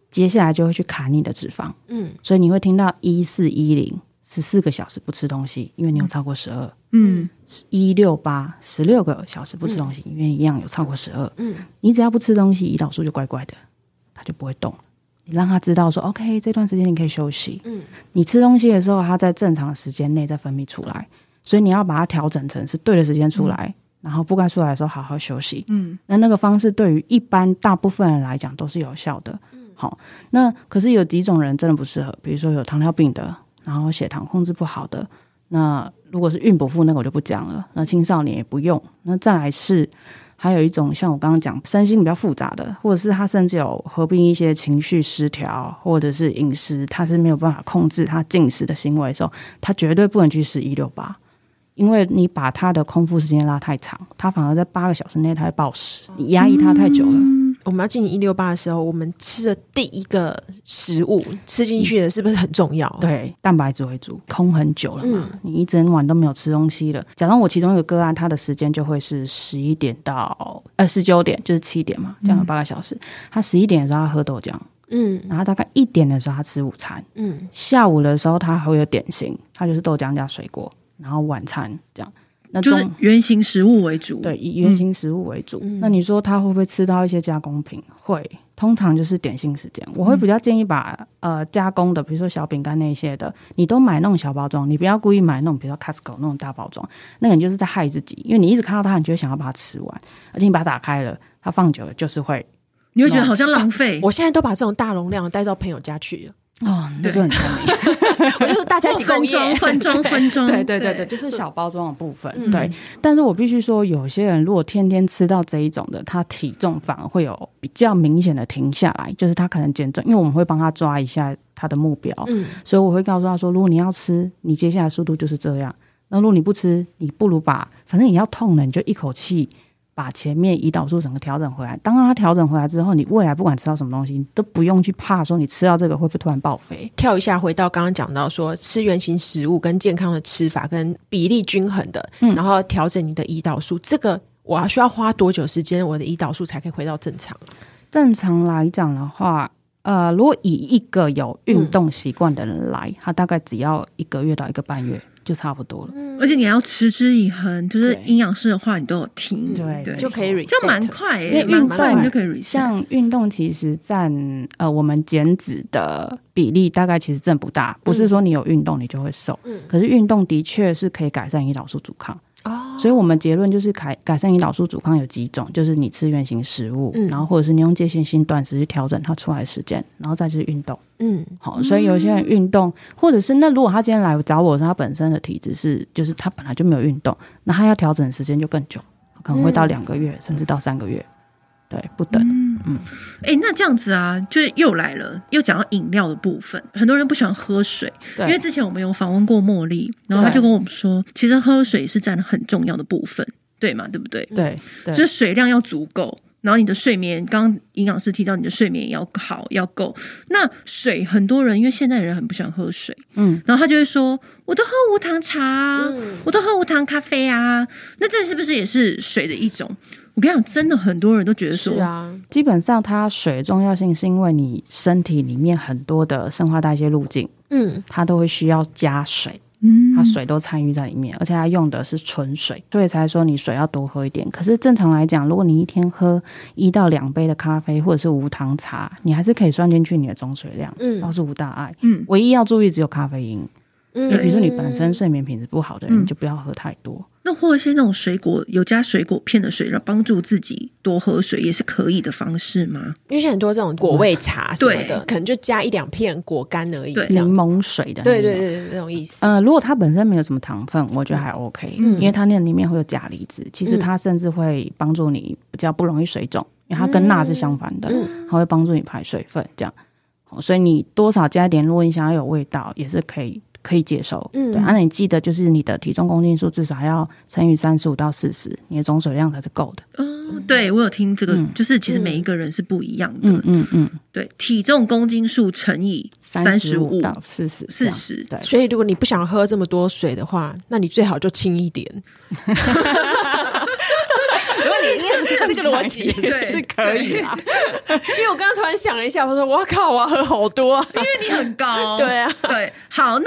Speaker 3: 接下来就会去卡你的脂肪，
Speaker 2: 嗯
Speaker 3: 所以你会听到一四一零十四个小时不吃东西，因为你有超过十二。
Speaker 1: 嗯，
Speaker 3: 一六八十六个小时不吃东西，因为一样有超过十二。
Speaker 2: 嗯，
Speaker 3: 你只要不吃东西，胰岛素就乖乖的，它就不会动。你让它知道说，OK，这段时间你可以休息。
Speaker 2: 嗯，
Speaker 3: 你吃东西的时候，它在正常时间内再分泌出来，所以你要把它调整成是对的时间出来，然后不该出来的时候好好休息。
Speaker 1: 嗯，
Speaker 3: 那那个方式对于一般大部分人来讲都是有效的。好，那可是有几种人真的不适合，比如说有糖尿病的，然后血糖控制不好的，那如果是孕不妇，那个我就不讲了。那青少年也不用。那再来是还有一种像我刚刚讲身心比较复杂的，或者是他甚至有合并一些情绪失调，或者是饮食他是没有办法控制他进食的行为的时候，他绝对不能去吃一六八。因为你把他的空腹时间拉太长，他反而在八个小时内他会暴食，你压抑他太久了，
Speaker 2: 我们要进行一六八的时候，我们吃的第一个食物吃进去的是不是很重要？
Speaker 3: 对，蛋白质为主，空很久了嘛，你一整晚都没有吃东西了。假装我其中一个个案，他的时间就会是十一点到呃十九点，就是七点嘛，这样有八个小时。他十一点的时候他喝豆浆，
Speaker 2: 嗯
Speaker 3: 然后大概一点的时候他吃午餐，
Speaker 2: 嗯，
Speaker 3: 下午的时候他会有点心，他就是豆浆加水果，然后晚餐这样。那中
Speaker 1: 就是嗯原型食物为主。
Speaker 3: 对，以原型食物为主。
Speaker 1: 嗯
Speaker 3: 那你说他会不会吃到一些加工品？会，通常就是点心时间。我会比较建议把、呃加工的，比如说小饼干那些的，你都买那种小包装，你不要故意买那种比如说 Costco 那种大包装，那个你就是在害自己，因为你一直看到它，你就会想要把它吃完，而且你把它打开了，它放久了就是会
Speaker 1: 你会觉得好像浪费。
Speaker 2: 我现在都把这种大容量带到朋友家去
Speaker 3: [LAUGHS]
Speaker 2: 了，
Speaker 3: 哦，那就很聪明。
Speaker 2: 我就是大家一起
Speaker 1: 分
Speaker 2: 共业
Speaker 1: 装，。分装，分装。
Speaker 3: [LAUGHS] 对对嗯对对，嗯就是小包装的部分。对，但是我必须说，有些人如果天天吃到这一种的，他体重反而会有比较明显的停下来，就是他可能减重，因为我们会帮他抓一下他的目标，
Speaker 2: [LAUGHS] 嗯，
Speaker 3: 所以我会告诉他说，如果你要吃，你接下来速度就是这样。那如果你不吃，你不如把反正你要痛了，你就一口气把前面胰岛素整个调整回来。当它调整回来之后，你未来不管吃到什么东西，你都不用去怕说你吃到这个会不会突然报废。
Speaker 2: 跳一下，回到刚刚讲到说吃原型食物跟健康的吃法跟比例均衡的，
Speaker 3: 嗯
Speaker 2: 然后调整你的胰岛素，这个我要需要花多久时间，我的胰岛素才可以回到正常？
Speaker 3: 正常来讲的话，呃，如果以一个有运动习惯的人来，他大概只要一个月到一个半月就差不多了。
Speaker 2: 嗯
Speaker 1: 而且你要持之以恒，就是
Speaker 3: 对
Speaker 1: 营养师的话，你都有听，
Speaker 3: 对
Speaker 1: 对，
Speaker 2: 就可以 reset，
Speaker 1: 就蛮快
Speaker 3: 因为
Speaker 1: 欸，蛮
Speaker 3: 运
Speaker 1: 快
Speaker 3: 动啊
Speaker 1: 你就可以 reset。
Speaker 3: 像运动其实占呃我们减脂的比例大概其实占不大，不是说你有运动你就会瘦，
Speaker 2: 嗯
Speaker 3: 可是运动的确是可以改善胰岛素阻抗。
Speaker 2: 哦，
Speaker 3: 所以我们结论就是改改善胰岛素阻抗有几种，就是你吃原型食物，
Speaker 2: 嗯
Speaker 3: 然后或者是你用界限性断食去调整它出来的时间，然后再就是运动。
Speaker 2: 嗯
Speaker 3: 好，所以有些人运动，或者是那如果他今天来找我，他本身的体质是，就是他本来就没有运动，那他要调整的时间就更久，可能会到两个月，甚至到三个月，对，不等。
Speaker 1: 哎，那这样子啊，就是又来了，又讲到饮料的部分。很多人不喜欢喝水，
Speaker 3: 对，
Speaker 1: 因为之前我们有访问过茉莉，然后她
Speaker 3: 对
Speaker 1: 就跟我们说，其实喝水是占了很重要的部分，对嘛？对不对？
Speaker 3: 对对，
Speaker 1: 就是水量要足够，然后你的睡眠，刚刚营养师提到你的睡眠也要好，要够。那水很多人因为现在的人很不喜欢喝水，
Speaker 3: 嗯，
Speaker 1: 然后他就会说，我都喝无糖茶啊，我都喝无糖咖啡啊，那这是不是也是水的一种？我跟你讲，真的很多人都觉得说，
Speaker 2: 是啊，
Speaker 3: 基本上它水的重要性是因为你身体里面很多的生化代谢路径，
Speaker 2: 嗯
Speaker 3: 它都会需要加水，
Speaker 1: 嗯，
Speaker 3: 它水都参与在里面，而且它用的是纯水，所以才说你水要多喝一点。可是正常来讲，如果你一天喝一到两杯的咖啡或者是无糖茶，你还是可以算进去你的总水量，倒
Speaker 2: 嗯
Speaker 3: 是无大碍。
Speaker 1: 嗯
Speaker 3: 唯一要注意只有咖啡因，
Speaker 2: 嗯
Speaker 3: 就比如说你本身睡眠品质不好的人，
Speaker 1: 嗯
Speaker 3: 就不要喝太多。
Speaker 1: 那或一些那种水果有加水果片的水，让帮助自己多喝水，也是可以的方式吗？
Speaker 2: 因为现在很多这种果味茶什么的，
Speaker 1: 对
Speaker 2: 可能就加一两片果干而已，
Speaker 1: 对
Speaker 2: 这样
Speaker 3: 柠
Speaker 2: 子。
Speaker 3: 檬水的那
Speaker 2: 对
Speaker 3: 种，
Speaker 2: 对对对，那种嗯意思。
Speaker 3: 呃，如果它本身没有什么糖分，我觉得还 OK，、
Speaker 2: 嗯
Speaker 3: 因为它那里面会有钾离子，其实
Speaker 2: 嗯
Speaker 3: 它甚至会帮助你比较不容易水肿，因为它跟钠是相反的，
Speaker 2: 嗯
Speaker 3: 它会帮助你排水分，这样。好所以你多少加一点，如果你想要有味道，也是可以可以接受。
Speaker 2: 嗯
Speaker 3: 对，啊，那你记得就是你的体重公斤数至少要乘以三十五到四十，你的总水量才是够的。
Speaker 1: 哦，对我有听这个，
Speaker 3: 嗯
Speaker 1: 就是其实每一个人是不一样的，
Speaker 3: 嗯嗯嗯，
Speaker 1: 对，体重公斤数乘以三十
Speaker 3: 35
Speaker 1: 五
Speaker 3: 到四十，
Speaker 1: 四十，
Speaker 3: 对。
Speaker 2: 所以，如果你不想喝这么多水的话，那你最好就轻一 [LAUGHS] 点。如果你这样这个逻辑，
Speaker 3: 也是可以啊，
Speaker 2: 因为我刚刚突然想了一下，我说：“我靠，我要喝好多、啊。
Speaker 1: 因为你很
Speaker 3: [LAUGHS]
Speaker 1: 高，
Speaker 2: 对啊
Speaker 1: 对。好，那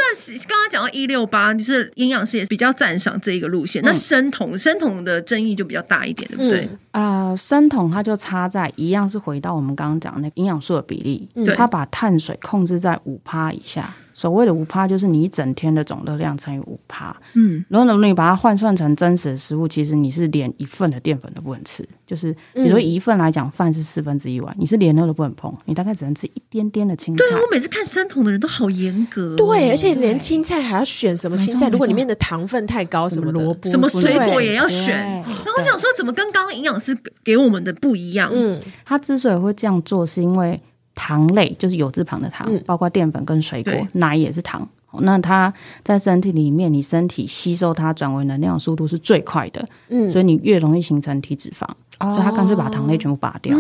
Speaker 1: 刚刚讲到一六八，就是营养师也是比较赞赏这一个路线。
Speaker 3: 嗯
Speaker 1: 那生酮，生酮的争议就比较大一点，对不对？
Speaker 3: 啊、生酮它就差在一样是回到我们刚刚讲的那个营养素的比例，
Speaker 2: 嗯
Speaker 1: 对
Speaker 3: 它把碳水控制在五趴以下，所谓的五趴就是你一整天的总热量乘以五趴，
Speaker 1: 嗯，
Speaker 3: 然后如果你把它换算成真实的食物，其实你是连一份的淀粉都不能吃。就是
Speaker 1: 嗯
Speaker 3: 比如说一份来讲，饭是四分之一碗，你是连肉都不能碰，你大概只能吃一点点的青菜
Speaker 1: 对。啊，我每次看生酮的人都好严格哦、
Speaker 2: 对，而且连青菜还要选什么青菜？
Speaker 3: 没错
Speaker 2: 如果里面的糖分太高什么的，
Speaker 3: 萝卜
Speaker 1: 什么水果也要
Speaker 3: 对
Speaker 1: 选
Speaker 3: 对
Speaker 1: 那我想说，怎么跟刚刚营养师给我们的不一样？
Speaker 2: 嗯，
Speaker 3: 它之所以会这样做，是因为糖类就是有字旁的糖，
Speaker 2: 嗯
Speaker 3: 包括淀粉跟水果
Speaker 1: 对，
Speaker 3: 奶也是糖。哦那它在身体里面，你身体吸收它转为能量的速度是最快的，
Speaker 2: 嗯
Speaker 3: 所以你越容易形成体脂肪，所以它干脆把糖类全部拔
Speaker 2: 哦
Speaker 3: 掉。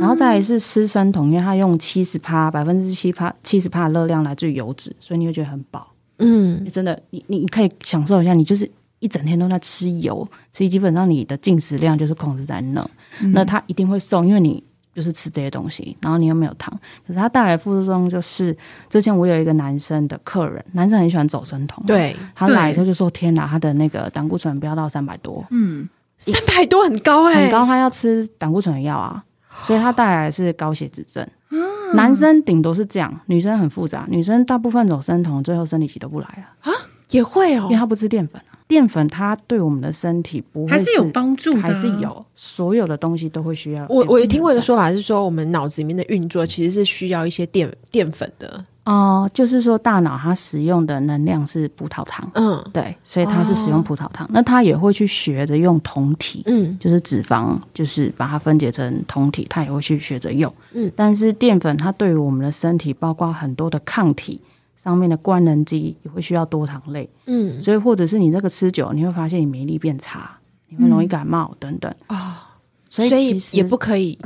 Speaker 3: 然后再来是吃生酮，因为它用七十趴百分之七趴七十趴热量来自于油脂，所以你会觉得很饱。
Speaker 2: 嗯
Speaker 3: 你真的，你你你可以享受一下，你就是一整天都在吃油，所以基本上你的进食量就是控制在那。
Speaker 2: 嗯
Speaker 3: 那它一定会瘦，因为你就是吃这些东西，然后你又没有糖，可是它带来的副作用就是，之前我有一个男生的客人，男生很喜欢走生酮，，
Speaker 2: 对，
Speaker 3: 他来的时候就说：“天哪，他的那个胆固醇飙到三百多，
Speaker 1: 嗯，
Speaker 2: 三百多很高哎、
Speaker 3: 很高，他要吃胆固醇的药啊，所以他带来的是高血脂症。”
Speaker 2: 啊
Speaker 3: 男生顶多是这样，女生很复杂。女生大部分走生酮，最后生理期都不来了。
Speaker 2: 也会哦
Speaker 3: 因为，它不吃淀粉啊。淀粉它对我们的身体不会
Speaker 1: 还是有帮助的啊
Speaker 3: 还是有所有的东西都会需要。
Speaker 2: 我我有听过一个，说法是说，我们脑子里面的运作其实是需要一些淀淀粉的，
Speaker 3: 哦、就是说大脑它使用的能量是葡萄糖，
Speaker 2: 嗯
Speaker 3: 对，所以它是
Speaker 2: 哦
Speaker 3: 使用葡萄糖。那它也会去学着用酮体，
Speaker 2: 嗯
Speaker 3: 就是脂肪，就是把它分解成酮体，它也会去学着用。
Speaker 2: 嗯，
Speaker 3: 但是淀粉它对于我们的身体，包括很多的抗体上面的官能基，也会需要多糖类。
Speaker 2: 嗯
Speaker 3: 所以或者是你这个吃久，你会发现你免疫力变差，你会容
Speaker 2: 嗯
Speaker 3: 易感冒等等。
Speaker 2: 啊、
Speaker 3: 所以
Speaker 2: 所以
Speaker 3: 其实
Speaker 2: 也不可以，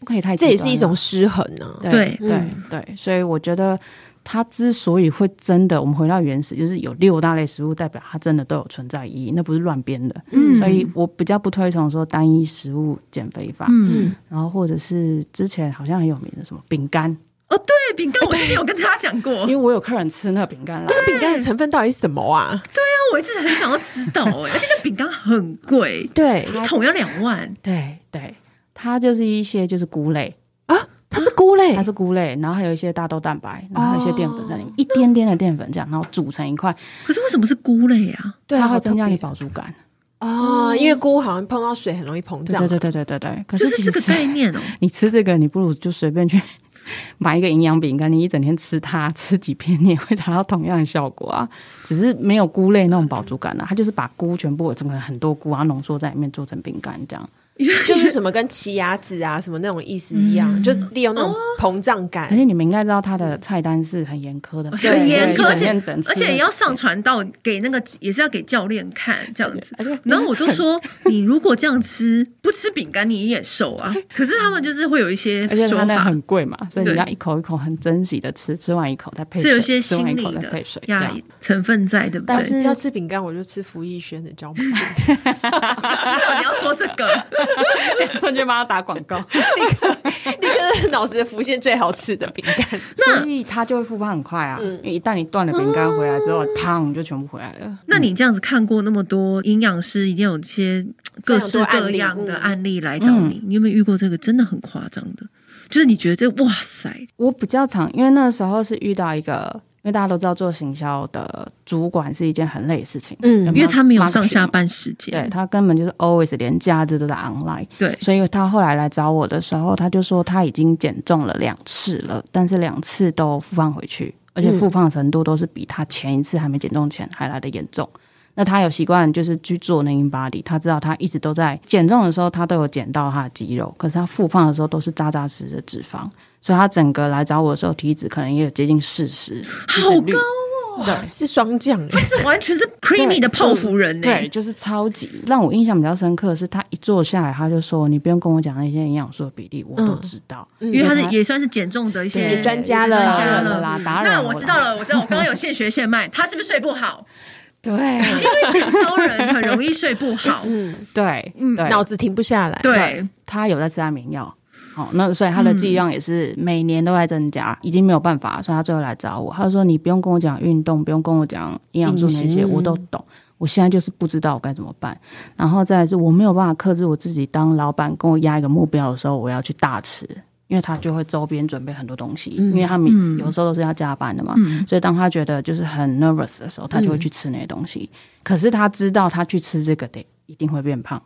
Speaker 3: 不可以太极
Speaker 2: 这
Speaker 3: 端啊，
Speaker 2: 也是一种嗯失衡呢、
Speaker 3: 对
Speaker 1: 对
Speaker 3: 对、对，所以我觉得它之所以会真的，我们回到原始，就是有六大类食物，代表它真的都有存在意义，那不是乱编的。
Speaker 1: 嗯
Speaker 3: 所以我比较不推崇说单一食物减肥法，
Speaker 1: 嗯，
Speaker 3: 然后或者是之前好像很有名的什么饼干，
Speaker 1: 哦，对，饼干我之前有跟大家讲
Speaker 2: 哦
Speaker 1: 过，
Speaker 3: 哎因为我有客人吃那个饼干啦，
Speaker 2: 那饼干的成分到底是什么啊？
Speaker 1: 那我一直很想要知道
Speaker 3: [LAUGHS]
Speaker 1: 哎、而且那饼干很贵，
Speaker 2: 对
Speaker 1: 一桶要两万，
Speaker 3: 对对，它就是一些就是菇类，
Speaker 2: 啊，它是菇类
Speaker 3: 它，是菇类，然后还有一些大豆蛋白，然后还有一些淀粉在里
Speaker 2: 哦
Speaker 3: 面，一点点的淀粉这样，然后煮成一块，
Speaker 1: 可是为什么是菇类啊？
Speaker 2: 对，
Speaker 3: 它
Speaker 2: 好
Speaker 3: 会增加
Speaker 2: 特别
Speaker 3: 你饱足感。
Speaker 2: 哦，因为菇好像碰到水很容易膨胀，
Speaker 3: 对对对对对对，可
Speaker 1: 就是是
Speaker 3: 其
Speaker 1: 这个概
Speaker 3: 实
Speaker 1: 念哦、
Speaker 3: [LAUGHS] 你吃这个，你不如就随便去 [LAUGHS] 买一个营养饼干，你一整天吃它，吃几片你也会达到同样的效果啊。只是没有菇类那种饱足感啊，它就是把菇全部整个很多菇啊浓缩在里面做成饼干这样。
Speaker 2: [LAUGHS] 就是什么跟奇亚籽啊什么那种意思一样，就利用那种膨胀感
Speaker 3: 而。且你们应该知道它的菜单是很严苛的，
Speaker 2: 对
Speaker 1: 很严
Speaker 3: 对
Speaker 1: 苛，
Speaker 3: 一
Speaker 1: 而
Speaker 3: 整
Speaker 1: 且
Speaker 3: 天整吃
Speaker 1: 而且也要上
Speaker 3: 的
Speaker 1: 传到给那个也是要给教练看这样子
Speaker 3: 而且。
Speaker 1: 然后我都
Speaker 3: [LAUGHS]
Speaker 1: 说，你如果这样吃，不吃饼干你也瘦
Speaker 3: [LAUGHS]
Speaker 1: 啊。可是他们就是会有一些
Speaker 3: 而且
Speaker 1: 说
Speaker 3: 它那
Speaker 1: 法
Speaker 3: 很，贵嘛，所以你
Speaker 1: 对
Speaker 3: 要一口一口很珍惜的吃，吃完一口再配
Speaker 1: 是
Speaker 3: 水，
Speaker 1: 有一些
Speaker 3: 吃完
Speaker 1: 心
Speaker 3: 一
Speaker 1: 理
Speaker 3: 口再
Speaker 1: 的
Speaker 3: 配水，这
Speaker 1: 压
Speaker 3: 样
Speaker 1: 抑成分在，
Speaker 3: [LAUGHS]
Speaker 1: 对不对？
Speaker 3: 但是
Speaker 2: 要吃饼干，我就吃福艺轩的椒麻。
Speaker 1: 你要说这个，
Speaker 3: [LAUGHS] 瞬间帮他打广告。
Speaker 2: 那个脑子浮现最好吃的饼干。
Speaker 3: 所以他就会复胖很快啊，
Speaker 1: 嗯
Speaker 3: 因为一旦你断了饼干回来之后，胖就全部回来了。
Speaker 1: 那你这样子看过那么多营养师，一定有一些各式各样的案
Speaker 3: 嗯
Speaker 1: 例来找你，你有没有遇过这个真的很夸张的？就是你觉得这哇塞，
Speaker 3: 我比较常，因为那时候是遇到一个，因为大家都知道做行销的主管是一件很累的事情，
Speaker 2: 嗯
Speaker 3: 有
Speaker 1: 因为他没有
Speaker 3: marketing
Speaker 1: 上下，班时
Speaker 3: 对
Speaker 1: 间，
Speaker 3: 他根本就是 always 连假日都在 online。
Speaker 1: 对
Speaker 3: 所以他后来来找我的时候，他就说他已经减重了两次了，但是两次都复胖回去，而且复胖程度都是比他前一次还没减重前还来的严重。那他有习惯就是去做那 in body，他知道他一直都在减重的时候，他都有减到他的肌肉，可是他复胖的时候都是扎扎实实的脂肪，所以他整个来找我的时候，体脂可能也有接近四十，
Speaker 1: 好
Speaker 3: 体脂率
Speaker 1: 高，
Speaker 2: 哇，是霜降哎、
Speaker 1: 这完全是 creamy 的泡芙人呢、欸
Speaker 3: 对，就是超级让我印象比较深刻的是，他一坐下来他就说：“你不用跟我讲那些营养素的比例，我都知道。
Speaker 1: 因为他是也算是减重的一些
Speaker 3: 对
Speaker 2: 专家了
Speaker 1: 嗯专
Speaker 3: 达
Speaker 1: 家
Speaker 3: 人
Speaker 2: 了
Speaker 3: 了
Speaker 1: 了。
Speaker 3: 啦，达人
Speaker 1: 那
Speaker 3: 了
Speaker 1: 我
Speaker 3: 啦
Speaker 1: 知道。了，我知道，我刚刚有现学现卖，
Speaker 3: [LAUGHS]
Speaker 1: 他是不是睡不好？
Speaker 3: 对
Speaker 1: 因为行销人很容易睡不
Speaker 3: [LAUGHS]
Speaker 1: 好，
Speaker 3: 对
Speaker 1: 嗯
Speaker 3: 对，
Speaker 2: 脑子停不下来。
Speaker 1: 对，
Speaker 3: 他有在吃安眠药。哦，那所以他的剂量也是每年都在增加，
Speaker 1: 嗯
Speaker 3: 已经没有办法，所以他最后来找我，他就说：“你不用跟我讲运动，不用跟我讲营养素那
Speaker 2: 饮食
Speaker 3: 些，我都懂。我现在就是不知道我该怎么办。然后再来是我没有办法克制我自己，当老板跟我压一个目标的时候，我要去大吃，因为他就会周边准备很多东西，
Speaker 2: 嗯
Speaker 3: 因为他
Speaker 1: 嗯
Speaker 3: 们有时候都是要加班的嘛，
Speaker 1: 嗯
Speaker 3: 所以当他觉得就是很 nervous 的时候，他就会去吃那些东
Speaker 1: 嗯
Speaker 3: 西。可是他知道他去吃这个得一定会变胖，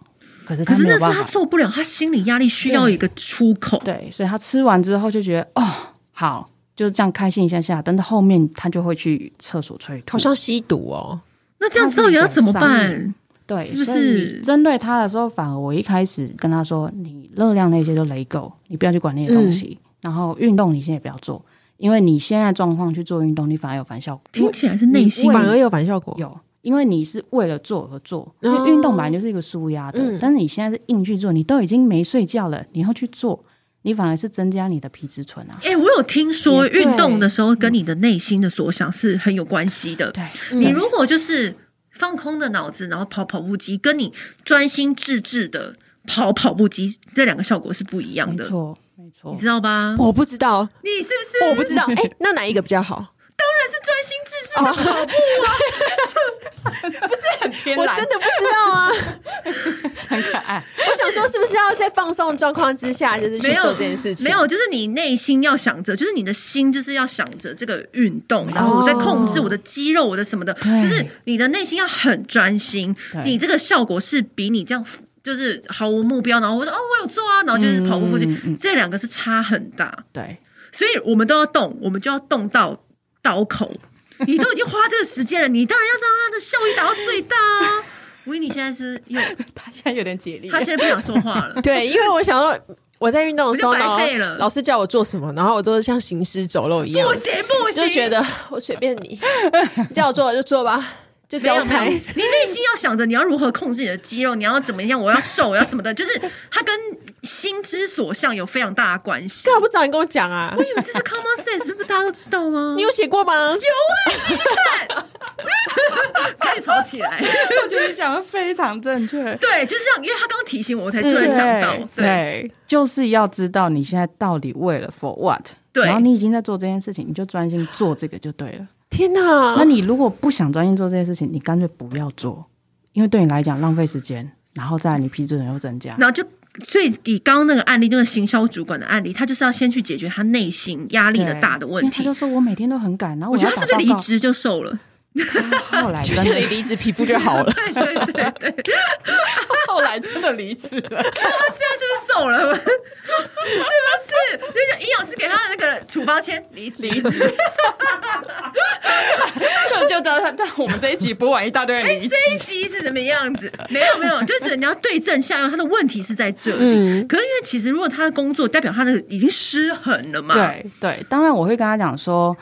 Speaker 3: 可是
Speaker 1: 可
Speaker 3: 他
Speaker 1: 是
Speaker 3: 没
Speaker 1: 那
Speaker 3: 有
Speaker 1: 是
Speaker 3: 办
Speaker 1: 他
Speaker 3: 法。
Speaker 1: 受不了，他心理压力需要一个出口。
Speaker 3: 对，所以他吃完之后就觉得哦，好，就这样开心一下下，但是后面他就会去厕所催吐。
Speaker 2: 好像吸毒哦，
Speaker 1: 那这样子到底要怎么办？
Speaker 3: 对，
Speaker 1: 是不
Speaker 3: 所以
Speaker 1: 是
Speaker 3: 你针对他的时候，反而我一开始跟他说，你热量那些就雷够，你不要去管那些
Speaker 1: 嗯
Speaker 3: 东西，然后运动你现在也不要做，因为你现在状况去做运动，你反而有反效果。
Speaker 1: 听起来是内心
Speaker 2: 反而有反效果。
Speaker 3: 有，因为你是为了做而做，因
Speaker 2: 哦
Speaker 3: 为运动本来就是一个舒压的，
Speaker 2: 嗯
Speaker 3: 但是你现在是硬去做，你都已经没睡觉了，你要去做，你反而是增加你的皮质醇啊。
Speaker 1: 哎、我有听说
Speaker 3: 也对
Speaker 1: 运动的时候跟你的内心的所想是很有关系的。
Speaker 3: 对，
Speaker 1: 你如果就是放空的脑子，然后跑跑步机，跟你专心致志的跑跑步机，这两个效果是不一样
Speaker 3: 没
Speaker 1: 的，
Speaker 3: 错，没错
Speaker 1: 你。知道吧？
Speaker 2: 我不知道，
Speaker 1: 你是不是
Speaker 2: [LAUGHS] 我不知道，哎、那哪一个比较好？
Speaker 1: 专心致志的跑步？
Speaker 2: 我真的不知道啊！
Speaker 3: 很可爱，
Speaker 2: 我想说，是不是要在放松的状况之下，就是去
Speaker 1: 没有
Speaker 2: 做这件事情？。
Speaker 1: 没有，就是你内心要想着，就是你的心就是要想着这个运动，然后我在控制我的肌肉，我的什么的，
Speaker 3: 对
Speaker 1: 就是你的内心要很专心，
Speaker 3: 对
Speaker 1: 你这个效果是比你这样。就是毫无目标，然后我说哦，我有做啊，然后就是跑步附近，
Speaker 3: 嗯嗯嗯
Speaker 1: 这两个是差很大。
Speaker 3: 对，
Speaker 1: 所以我们都要动，我们就要动到刀口。你都已经花这个时间了，你当然要让它的效益达到最大啊！维尼现在是又，
Speaker 3: 他现在有点解力
Speaker 1: 他现在不想说话 [LAUGHS] 了
Speaker 2: 对，因为我想到我在运动的时候，
Speaker 1: 我就白
Speaker 2: 然后
Speaker 1: 费了
Speaker 2: 老师叫我做什么，然后我都是像行尸走肉一样
Speaker 1: 不，行不行，
Speaker 2: 就觉得我随便你，你叫我做我就做吧，就
Speaker 1: 没有
Speaker 2: 交差
Speaker 1: 没有。你内心要想着你要如何控制你的肌肉，你要怎么样，我要瘦，我要什么的，就是它跟心之所向有非常大的关系
Speaker 2: 干。嘛不早点跟我讲啊？
Speaker 1: 因为这是 common sense，是不是大家都知道吗？
Speaker 2: 你有写过吗？
Speaker 1: 开始吵起来，
Speaker 3: 我觉得你讲的非常正确。
Speaker 1: [LAUGHS] 对，就是这样。因为他刚刚提醒我，我才突然想到，
Speaker 3: 对，就是要知道你现在到底为了 for what，
Speaker 1: 对
Speaker 3: 然后你已经在做这件事情，你就专心做这个就对了。
Speaker 2: 天哪！
Speaker 1: 啊
Speaker 3: 那你如果不想专心做这件事情，你干脆不要做，因为对你来讲浪费时间，然后再来你皮质醇又增加。
Speaker 1: 然后就。所以以刚刚那个案例，那个行销主管的案例，他就是要先去解决他内心压力的
Speaker 3: 对
Speaker 1: 大的问
Speaker 3: 因为他
Speaker 1: 题
Speaker 3: 就。说我每天都很赶，然后
Speaker 1: 我觉
Speaker 3: 要
Speaker 1: 得他
Speaker 3: 打
Speaker 1: 是不是
Speaker 3: 报
Speaker 1: 离
Speaker 3: 告？
Speaker 1: 职啊就瘦
Speaker 3: [LAUGHS]
Speaker 1: 了？
Speaker 3: 他后来
Speaker 2: 就
Speaker 3: 真
Speaker 2: 像
Speaker 3: 的
Speaker 2: 你离职，皮肤就好
Speaker 3: [LAUGHS]
Speaker 2: 了。
Speaker 1: 对对对对，
Speaker 3: 后来真的离职
Speaker 1: 他现
Speaker 3: 了。
Speaker 1: 在是不是瘦了？是不是？那个营养师给他的那个处方签，离
Speaker 3: [LAUGHS]
Speaker 1: 职离职。
Speaker 3: 就知道他，但我们这一集播完一大堆人离职，
Speaker 1: 这一集是怎么样子？没有没
Speaker 3: [LAUGHS]
Speaker 1: 有，就是你要对症下药。他的问题是在这里。
Speaker 2: 嗯
Speaker 1: 可是因为其实如果他的工作代表他的已经失衡了嘛，，
Speaker 3: 对对，当然我会跟他讲说，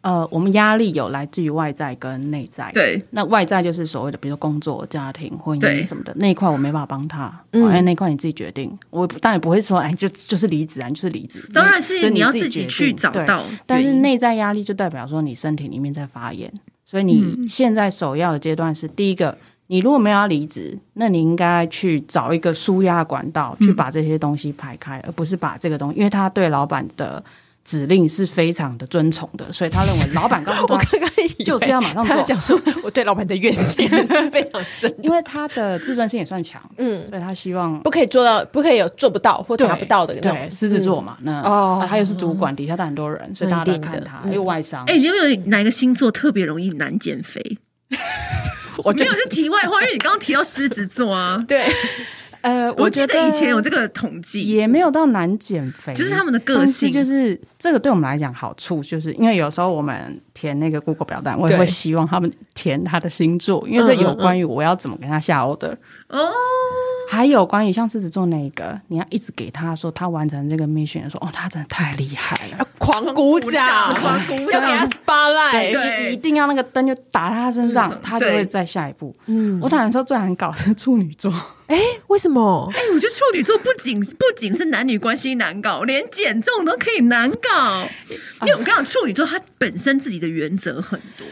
Speaker 3: 呃，我们压力有来自于外在跟内在，
Speaker 1: 对
Speaker 3: 那外在就是所谓的，比如说工作、家庭、婚
Speaker 1: 对
Speaker 3: 姻什么的那一块，我没办法帮他。
Speaker 2: 嗯
Speaker 3: 哦哎、那一块你自己决定。我当然不会说，哎，就就是离职啊，你就是离职。
Speaker 1: 当然是
Speaker 3: 就
Speaker 1: 你
Speaker 3: 你
Speaker 1: 要
Speaker 3: 自
Speaker 1: 自己去找
Speaker 3: 决定
Speaker 1: 到
Speaker 3: 对但
Speaker 1: 原
Speaker 3: 是
Speaker 1: 因
Speaker 3: 内在压力就代表说你身体里面在发炎，所以
Speaker 2: 嗯
Speaker 3: 你现在首要的阶段是、第一个。你如果没有要离职，那你应该去找一个舒压的管道，
Speaker 2: 嗯
Speaker 3: 去把这些东西排开，而不是把这个东西，因为他对老板的指令是非常的遵从的，所以他认为老板告诉
Speaker 2: [LAUGHS] 我
Speaker 3: 他
Speaker 2: 刚刚以为
Speaker 3: 就是要马上
Speaker 2: 他
Speaker 3: 做
Speaker 2: 讲说，我对老板的怨 [LAUGHS] 念
Speaker 3: 嗯
Speaker 2: 是非常深。
Speaker 3: 因为他的自尊心也算强，
Speaker 2: 嗯，
Speaker 3: 所以他希望
Speaker 2: 不可以做到，不可以有做不到或达不到的那
Speaker 3: 对
Speaker 2: 种。
Speaker 3: 狮子座嘛，那
Speaker 2: 哦
Speaker 3: 啊他又是主管，底下带很多人，所以大家都在看他
Speaker 2: 一定的，嗯
Speaker 3: 还有外商
Speaker 1: 哎、，你有没有哪一个星座特别容易难减肥？
Speaker 3: [LAUGHS] 我
Speaker 1: 没
Speaker 3: 觉
Speaker 1: 有，
Speaker 3: 得
Speaker 1: 是题外话，因为你刚刚提到狮子座啊，
Speaker 2: 对，
Speaker 3: 呃，
Speaker 1: 我记
Speaker 3: 觉
Speaker 1: 得
Speaker 3: 得
Speaker 1: 以前有这个统计，
Speaker 3: 也没有到难减肥，
Speaker 1: 就是他们的个
Speaker 3: 但
Speaker 1: 性
Speaker 3: 是就是这个对我们来讲好处，就是因为有时候我们填那个 Google 表单，我也
Speaker 2: 对
Speaker 3: 会希望他们填他的星座，因为这
Speaker 2: 嗯嗯
Speaker 3: 有
Speaker 2: 嗯
Speaker 3: 关于我要怎么跟他下 order，
Speaker 1: 哦，
Speaker 3: 还有关于像狮子座那一个，你要一直给他说他完成这个 mission 的时候，哦，他真的太厉害了。
Speaker 2: 狂鼓掌，
Speaker 1: 狂鼓
Speaker 2: 要
Speaker 1: 掌
Speaker 2: 给他 spotlight。
Speaker 1: 对
Speaker 3: 对，一定要那个灯就打在他身
Speaker 1: 嗯
Speaker 3: 上，他就
Speaker 1: 对
Speaker 3: 会在下一步。
Speaker 2: 嗯，
Speaker 3: 我坦白说，最难搞是处女座，
Speaker 2: 哎，为什么？
Speaker 1: 哎、我觉得处女座不仅不仅是男女关系难搞，连减重都可以难搞。
Speaker 3: 哎
Speaker 1: 因为我跟你讲，处女座他本身自己的原则很多，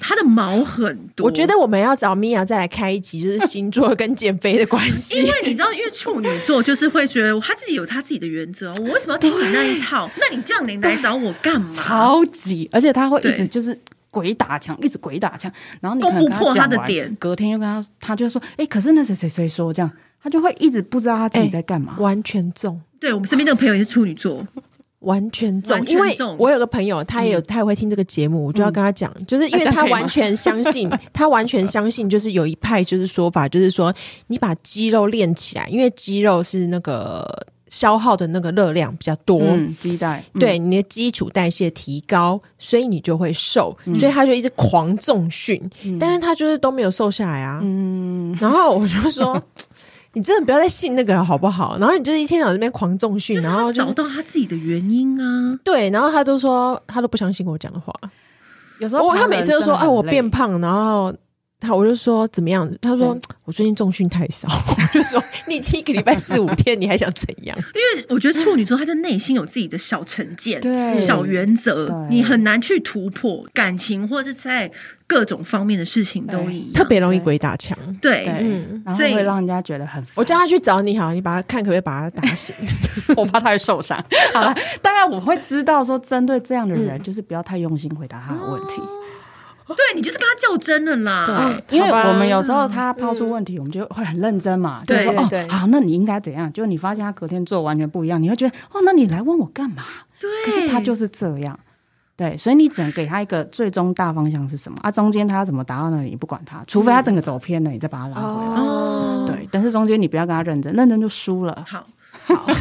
Speaker 1: 他的毛很多。
Speaker 2: 我觉得我们要找米娅再来开一集，就是星座跟减肥的关
Speaker 1: 因
Speaker 2: 系
Speaker 1: 为。你知道，因为处女座就是会觉得他自己有他自己的原则，我为什么要听你那一套？那你这样你来找我干嘛？
Speaker 3: 超级，而且他会一
Speaker 1: 对
Speaker 3: 直就是鬼打墙，一直鬼打墙，然后你
Speaker 1: 攻
Speaker 3: 可能
Speaker 1: 不
Speaker 3: 跟
Speaker 1: 破
Speaker 3: 讲
Speaker 1: 他的
Speaker 3: 完
Speaker 1: 点
Speaker 3: 隔天又跟他，他就说，哎、可是那谁谁谁说这样，他就会一直不知道他自己在干
Speaker 1: 哎
Speaker 3: 嘛。
Speaker 2: 完全中，
Speaker 1: 对我们身边那个朋友也是处女座，
Speaker 2: 完全中
Speaker 1: 完，全
Speaker 2: 因为
Speaker 1: 中
Speaker 2: 我有个朋友，他也有，他也会听这个节目，我就要跟他讲，就是因为
Speaker 3: 嗯啊这样
Speaker 2: 他
Speaker 3: 可以吗
Speaker 2: 完全相
Speaker 3: [LAUGHS]
Speaker 2: 信，他完全相信，就是有一派就是说法，就是说你把肌肉练起来，因为肌肉是那个消耗的那个热量比较多，
Speaker 3: 嗯，鸡蛋，嗯
Speaker 2: 对你的基础代谢提高，所以你就会瘦，
Speaker 3: 嗯
Speaker 2: 所以他就一直狂重训，但是他就是都没有瘦下来啊。
Speaker 3: 嗯，
Speaker 2: 然后我就说， [LAUGHS] 你真的不要再信那个了，好不好？然后你就是一天到晚这边狂重训，
Speaker 1: 就是
Speaker 2: 然后
Speaker 1: 他
Speaker 2: 就
Speaker 1: 找到他自己的原因啊。
Speaker 2: 对，然后他都说他都不相信我讲的话，
Speaker 3: 有时候
Speaker 2: 我他
Speaker 3: 旁人
Speaker 2: 每次都说
Speaker 3: 真的
Speaker 2: 啊
Speaker 3: 很
Speaker 2: 我
Speaker 3: 累
Speaker 2: 变胖，然后。他我就说怎么样？他说
Speaker 3: 对
Speaker 2: 我最近重训太少， [LAUGHS] 我就说你已经一个礼拜四五天，你还想怎样？
Speaker 1: 因为我觉得处女座他的内心有自己的小成见、
Speaker 3: 对
Speaker 1: 小原则
Speaker 3: 对，
Speaker 1: 你很难去突破。感情或者是在各种方面的事情都
Speaker 3: 对
Speaker 1: 一样，
Speaker 2: 特别容易鬼打墙。
Speaker 1: 对。
Speaker 3: 对，
Speaker 2: 嗯
Speaker 3: 然后
Speaker 1: 所以
Speaker 3: 会让人家觉得很烦，
Speaker 2: 我叫他去找你，好，你把他看可不可以把他打醒。
Speaker 3: 我怕他会受伤。 [LAUGHS] 好了，大概我会知道说，针对这样的
Speaker 1: 嗯
Speaker 3: 人，就是不要太用心回答他的问
Speaker 1: 哦
Speaker 3: 题。
Speaker 1: 对你就是跟他较真了啦。哦
Speaker 3: 因为
Speaker 2: 啊好吧嗯
Speaker 3: 我们有时候他抛出问题，我们就会很认真嘛，就
Speaker 1: 对
Speaker 3: 说
Speaker 2: 对
Speaker 3: 哦
Speaker 2: 对，
Speaker 3: 好，那你应该怎样？就你发现他隔天做完全不一样，你会觉得哦，那你来问我干嘛？
Speaker 1: 对，
Speaker 3: 可是他就是这样，对，所以你只能给他一个最终大方向是什么啊？中间他要怎么达到那里，你不管他，除非他整个走偏了，你再把他拉回来。
Speaker 1: 哦，
Speaker 3: 对，但是中间你不要跟他认真，认真就输了。
Speaker 1: 好。好，话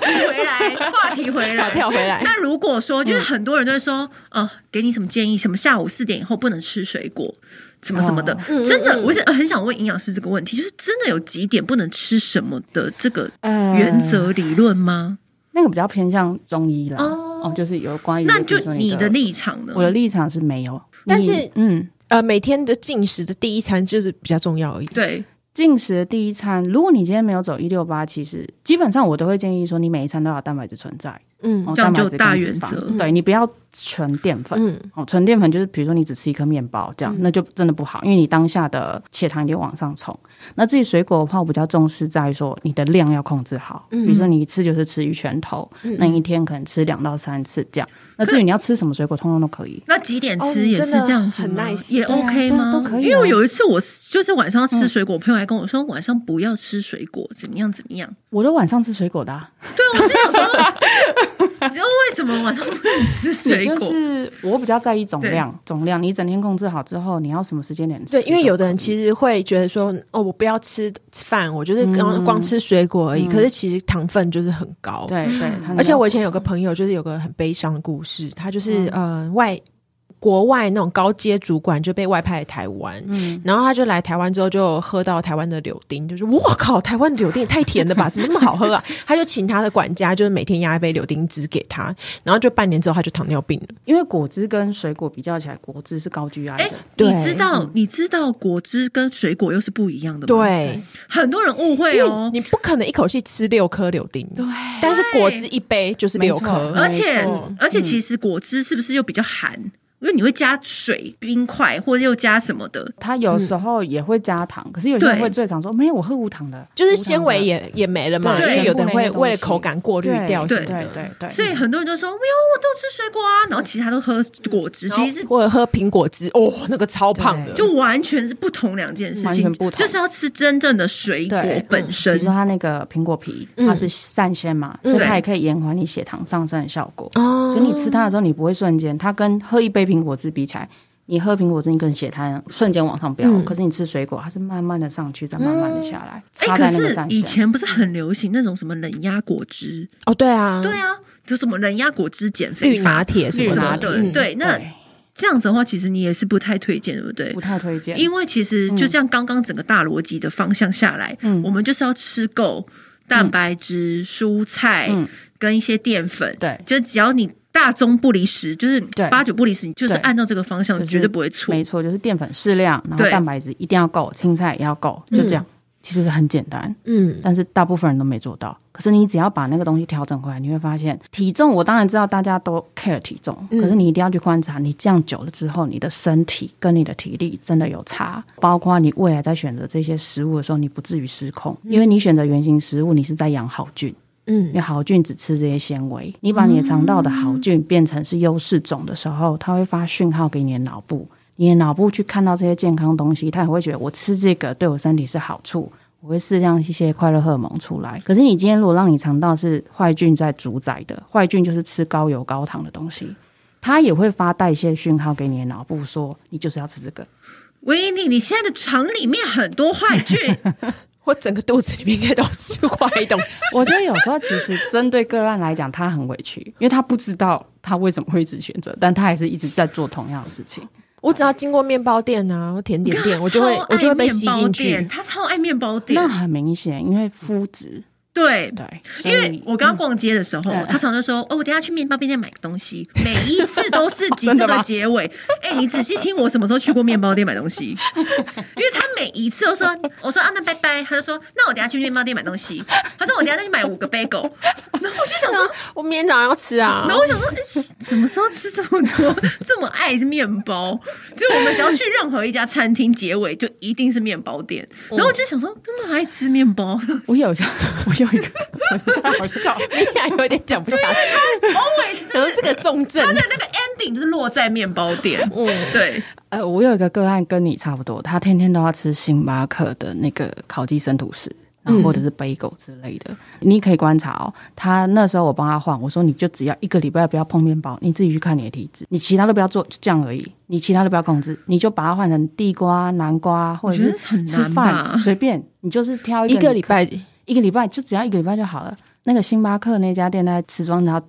Speaker 1: 题回
Speaker 3: [LAUGHS]
Speaker 1: 来，话题回来，
Speaker 2: 好跳回来
Speaker 1: 那如果说，
Speaker 3: 嗯
Speaker 1: 就是很多人都会说，呃，给你什么建议？什么下午四点以后不能吃水果，什么什么的。
Speaker 3: 哦
Speaker 1: 真的，我是呃很想问营养师这个问题，就是真的有几点不能吃什么的这个
Speaker 3: 呃
Speaker 1: 原则理论吗？
Speaker 3: 那个比较偏向中医啦，
Speaker 1: 哦
Speaker 3: 哦，就是有关于
Speaker 1: 那就
Speaker 3: 比如说
Speaker 1: 你的
Speaker 3: 的，
Speaker 1: 立场呢？
Speaker 3: 我的立场是没有，
Speaker 2: 但是
Speaker 3: 你嗯。
Speaker 2: 呃，每天的进食的第一餐就是比较重要而已。
Speaker 1: 对，
Speaker 3: 进食的第一餐，如果你今天没有走一六八，其实基本上我都会建议说，你每一餐都要有蛋白质存在，
Speaker 2: 嗯
Speaker 3: 哦，
Speaker 1: 这样
Speaker 3: 蛋
Speaker 1: 就
Speaker 3: 白质
Speaker 1: 大
Speaker 3: 跟脂
Speaker 1: 原
Speaker 3: 肪
Speaker 1: 则
Speaker 3: 对你不要纯淀粉，
Speaker 2: 嗯，
Speaker 3: 哦，纯淀粉就是比如说你只吃一颗面包这样，那就真的不好，因为你当下的血糖一定往上冲。那至于水果的话，我比较重视在于说你的量要控制好，比如说你一次就是吃一拳头，那一天可能吃两到三次这样。那至于你要吃什么水果，通通都可以。
Speaker 1: 那几点
Speaker 2: 哦
Speaker 1: 吃也
Speaker 2: 真
Speaker 1: 是
Speaker 2: 的
Speaker 1: 这样子
Speaker 2: 很
Speaker 1: 吗
Speaker 2: nice，
Speaker 1: 也
Speaker 3: 对啊
Speaker 1: OK
Speaker 3: 对啊
Speaker 1: 吗？
Speaker 3: 都可以啊嗯
Speaker 1: 因为我有一次我就是晚上吃水果，我朋友还跟我说晚上不要吃水果，怎么样怎么样。
Speaker 3: 我都晚上吃水果的、啊，
Speaker 1: 对，我就想说，你知道为什么晚上不能
Speaker 3: [LAUGHS]
Speaker 1: 吃水
Speaker 3: 就
Speaker 1: 果？
Speaker 3: 是我比较在意总
Speaker 1: 对
Speaker 3: 量，总量你整天控制好之后，你要什么时间点吃都
Speaker 2: 对，
Speaker 3: 可以？
Speaker 2: 因为有的人其实会觉得说，哦，我不要吃饭，我就是光、光吃水果而已。可是其实糖分就是很高。，
Speaker 3: 嗯对
Speaker 2: [CLEARS THROAT]
Speaker 3: 对，他们
Speaker 2: 嗯而且
Speaker 3: 要
Speaker 2: 我以前有个朋友，就是有个很悲伤的故事，他就是、
Speaker 3: 嗯
Speaker 2: 呃外国外那种高阶主管就被外派来台湾，
Speaker 3: 嗯
Speaker 2: 然后他就来台湾之后就喝到台湾的柳丁，就是我靠，台湾柳丁也太甜了吧，怎么那么好喝啊？ [LAUGHS] 他就请他的管家就是每天压一杯柳丁汁给他，然后就半年之后他就糖尿病了。
Speaker 3: 因为果汁跟水果比较起来，果汁是高 GI
Speaker 1: 哎
Speaker 3: 的，，
Speaker 2: 对
Speaker 1: 你知
Speaker 3: 嗯
Speaker 1: 道你知道果汁跟水果又是不一样的吗？，
Speaker 2: 对，
Speaker 1: 很多人误会
Speaker 2: 因为
Speaker 1: 哦。
Speaker 3: 嗯
Speaker 2: 你不可能一口气吃六颗柳丁，对，但是果汁一杯就是六
Speaker 3: 没错
Speaker 2: 颗，
Speaker 1: 而且
Speaker 3: 没错嗯
Speaker 1: 而且，其实果汁是不是又比较寒？因为你会加水、冰块，或者又加什么的。
Speaker 3: 它有时候也会加糖，可是有些人
Speaker 1: 对
Speaker 3: 会最常说没有，我喝无糖的，
Speaker 2: 就是纤维也也没了嘛，因
Speaker 1: 对
Speaker 2: 为有的人会
Speaker 3: 全部那些东西
Speaker 2: 为了口感过
Speaker 3: 无
Speaker 2: 滤
Speaker 3: 糖的
Speaker 2: 掉什
Speaker 3: 对
Speaker 2: 么
Speaker 3: 对
Speaker 2: 的，
Speaker 3: 对对，
Speaker 1: 所以很多人都说没有，我都吃水果啊，然后其他都喝果
Speaker 3: 嗯
Speaker 1: 汁，其实是
Speaker 2: 或者喝苹果汁，哦，那个超胖的，
Speaker 1: 就完全是不同两件事
Speaker 3: 完
Speaker 1: 情
Speaker 3: 全不，同
Speaker 1: 就是要吃真正的水果
Speaker 3: 对
Speaker 1: 本
Speaker 3: 比
Speaker 1: 身
Speaker 3: 如。说它那个苹果皮，它
Speaker 2: 嗯
Speaker 3: 是散鲜嘛，所以它也可以延缓你血糖上升的效果。
Speaker 2: 哦
Speaker 3: 所以你吃它的时候，你不会瞬间，它跟喝一杯苹果汁比起来，你喝苹果汁，你跟血糖瞬间往上飙，可是你吃水果，它是慢慢的上去，再慢慢的下来，
Speaker 1: 嗯哎，
Speaker 3: 插
Speaker 1: 可
Speaker 3: 在那个
Speaker 1: 是
Speaker 3: 散
Speaker 1: 以
Speaker 3: 鲜。
Speaker 1: 前不是很流行那种什么冷压果汁？
Speaker 2: 哦，对啊，
Speaker 1: 对啊，就什么冷压果汁减肥
Speaker 2: 绿拿
Speaker 1: 法。啊
Speaker 2: 铁什么
Speaker 3: 绿拿
Speaker 2: 的，
Speaker 3: 铁
Speaker 1: 对
Speaker 2: 嗯
Speaker 1: 对，那
Speaker 3: 对嗯
Speaker 1: 这样子的话，其实你也是不太推荐，对不对
Speaker 3: 不？太推荐，
Speaker 1: 因为其实就像刚刚整个大逻辑的方向下来，
Speaker 3: 嗯
Speaker 1: 我们就是要吃够蛋白质、蔬菜、
Speaker 3: 嗯
Speaker 1: 跟一些淀粉，
Speaker 3: 对
Speaker 1: 就只要你大宗不离十，就是
Speaker 3: 对
Speaker 1: 八九不离十，你就是
Speaker 3: 对
Speaker 1: 按照这个方向，
Speaker 3: 就是
Speaker 1: 绝对不会错。
Speaker 3: 没错，就是淀粉适量，然后
Speaker 1: 对
Speaker 3: 蛋白质一定要够，青菜也要够，就这样。其实是很简单，
Speaker 2: 嗯，
Speaker 3: 但是大部分人都没做到。可是你只要把那个东西调整回来，你会发现体重，我当然知道大家都 care 体重，可是你一定要去观察，你这样久了之后，你的身体跟你的体力真的有差，包括你未来在选择这些食物的时候，你不至于失控，因为你选择原型食物，你是在养好菌。
Speaker 2: 嗯
Speaker 3: 因为好菌只吃这些纤维，你把你的肠道的好菌变成是优势种的时候，它会发讯号给你的脑部，你的脑部去看到这些健康东西，它也会觉得我吃这个对我身体是好处，我会适量一些快乐荷尔蒙出来。可是你今天如果让你肠道是坏菌在主宰的，坏菌就是吃高油高糖的东西，它也会发代谢讯号给你的脑部说，你就是要吃这个。
Speaker 1: 维尼，你现在的肠里面很多坏菌，
Speaker 2: [LAUGHS] 我整个肚子里面应该都是坏东 [LAUGHS] 西。
Speaker 3: 我觉得有时候其实针对个案来讲，他很委屈，因为他不知道他为什么会一直选择，但他还是一直在做同样的事情。
Speaker 2: 我只要经过面包店啊、甜点店，我就会
Speaker 1: 他超爱
Speaker 2: 我就会被吸进
Speaker 1: 面包
Speaker 2: 去。
Speaker 1: 店他超爱面包店
Speaker 3: [LAUGHS] 那，很明显，因为肤质
Speaker 1: 对，
Speaker 3: 对，所
Speaker 1: 因为
Speaker 3: 以 [LAUGHS]
Speaker 1: 我刚刚逛街的时候，
Speaker 3: 嗯
Speaker 1: 他常常说：“哦，我等一下去面包店买个东西。”每一次
Speaker 2: [LAUGHS]
Speaker 1: 都是集
Speaker 3: 真
Speaker 1: 这
Speaker 3: 的
Speaker 1: 个
Speaker 3: 吗
Speaker 1: 结尾。哎、你仔细听，我什么时候去过面包店买东西？因为他每一次都说：“我说啊，那拜拜。”他就说：“那我等一下去面包店买东西。”他说：“我等一下再去买五个 bagel。”然后我就想说，
Speaker 2: 我明天早上要吃啊
Speaker 1: 然，后我想说，哎什么时候吃这么多， [LAUGHS] 这么爱面包？就是我们只要去任何一家餐厅，结尾就一定是面包店。然后我就想说，那么爱吃面包
Speaker 3: 我有一个，我有 [LAUGHS] 一个，好笑。
Speaker 2: 明天有点讲不下去。
Speaker 1: ，always
Speaker 2: [LAUGHS] 可能这个重症
Speaker 1: 他，的那个 ending 就是落在面包店。
Speaker 2: 嗯，
Speaker 1: 对，
Speaker 3: 呃，我有一个个案跟你差不多，他天天都要吃星巴克的那个烤鸡生吐司。然后
Speaker 1: 嗯
Speaker 3: 或者是 bagel 之类的，你可以观察哦。他那时候我帮他换，我说你就只要一个礼拜不要碰面包，你自己去看你的体质，你其他都不要做，就这样而已。你其他都不要控制，你就把它换成地瓜、南瓜或者
Speaker 1: 我觉
Speaker 3: 是
Speaker 1: 得很
Speaker 3: 吃
Speaker 1: 难吧
Speaker 3: 饭随便，你就是挑
Speaker 2: 一
Speaker 3: 一
Speaker 2: 个
Speaker 3: 个
Speaker 2: 礼
Speaker 3: 你
Speaker 2: 拜
Speaker 3: 一个礼拜就只要一个礼拜就好了。那个星巴克那家店在时装，然后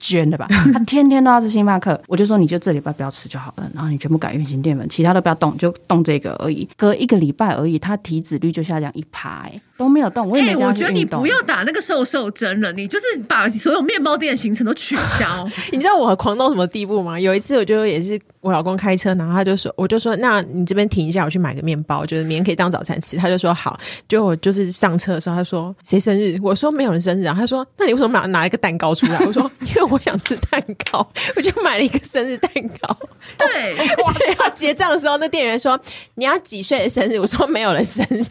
Speaker 3: 卷的吧，他天天都要吃星巴克。我就说你就这礼拜不要吃就好了，然后你全部改运行淀粉，其他都不要动，就动这个而已。隔一个礼拜而已，他体脂率就下降一趴、欸，都没有动，我也
Speaker 1: 哎、
Speaker 3: 没叫
Speaker 1: 我
Speaker 3: 他
Speaker 1: 觉
Speaker 3: 去
Speaker 1: 得你
Speaker 3: 运动。
Speaker 1: 不要打那个瘦瘦针了，你就是把所有面包店的行程都取消。
Speaker 2: 你知道我狂到什么地步吗？有一次，我就也是我老公开车，然后他就说，我就说，那你这边停一下，我去买个面包，就是明天可以当早餐吃。他就说好。就我就是上车的时候，他说谁生日？我说没有人生日啊。他说那你为什么拿拿一个蛋糕出来？我
Speaker 1: [LAUGHS]
Speaker 2: 说因为我想吃蛋糕，我就买了一个生日蛋
Speaker 1: [LAUGHS]
Speaker 2: 糕。
Speaker 1: 对，
Speaker 2: 而且要结账的时候，那店员说你要几岁的生日？我说没有人生日。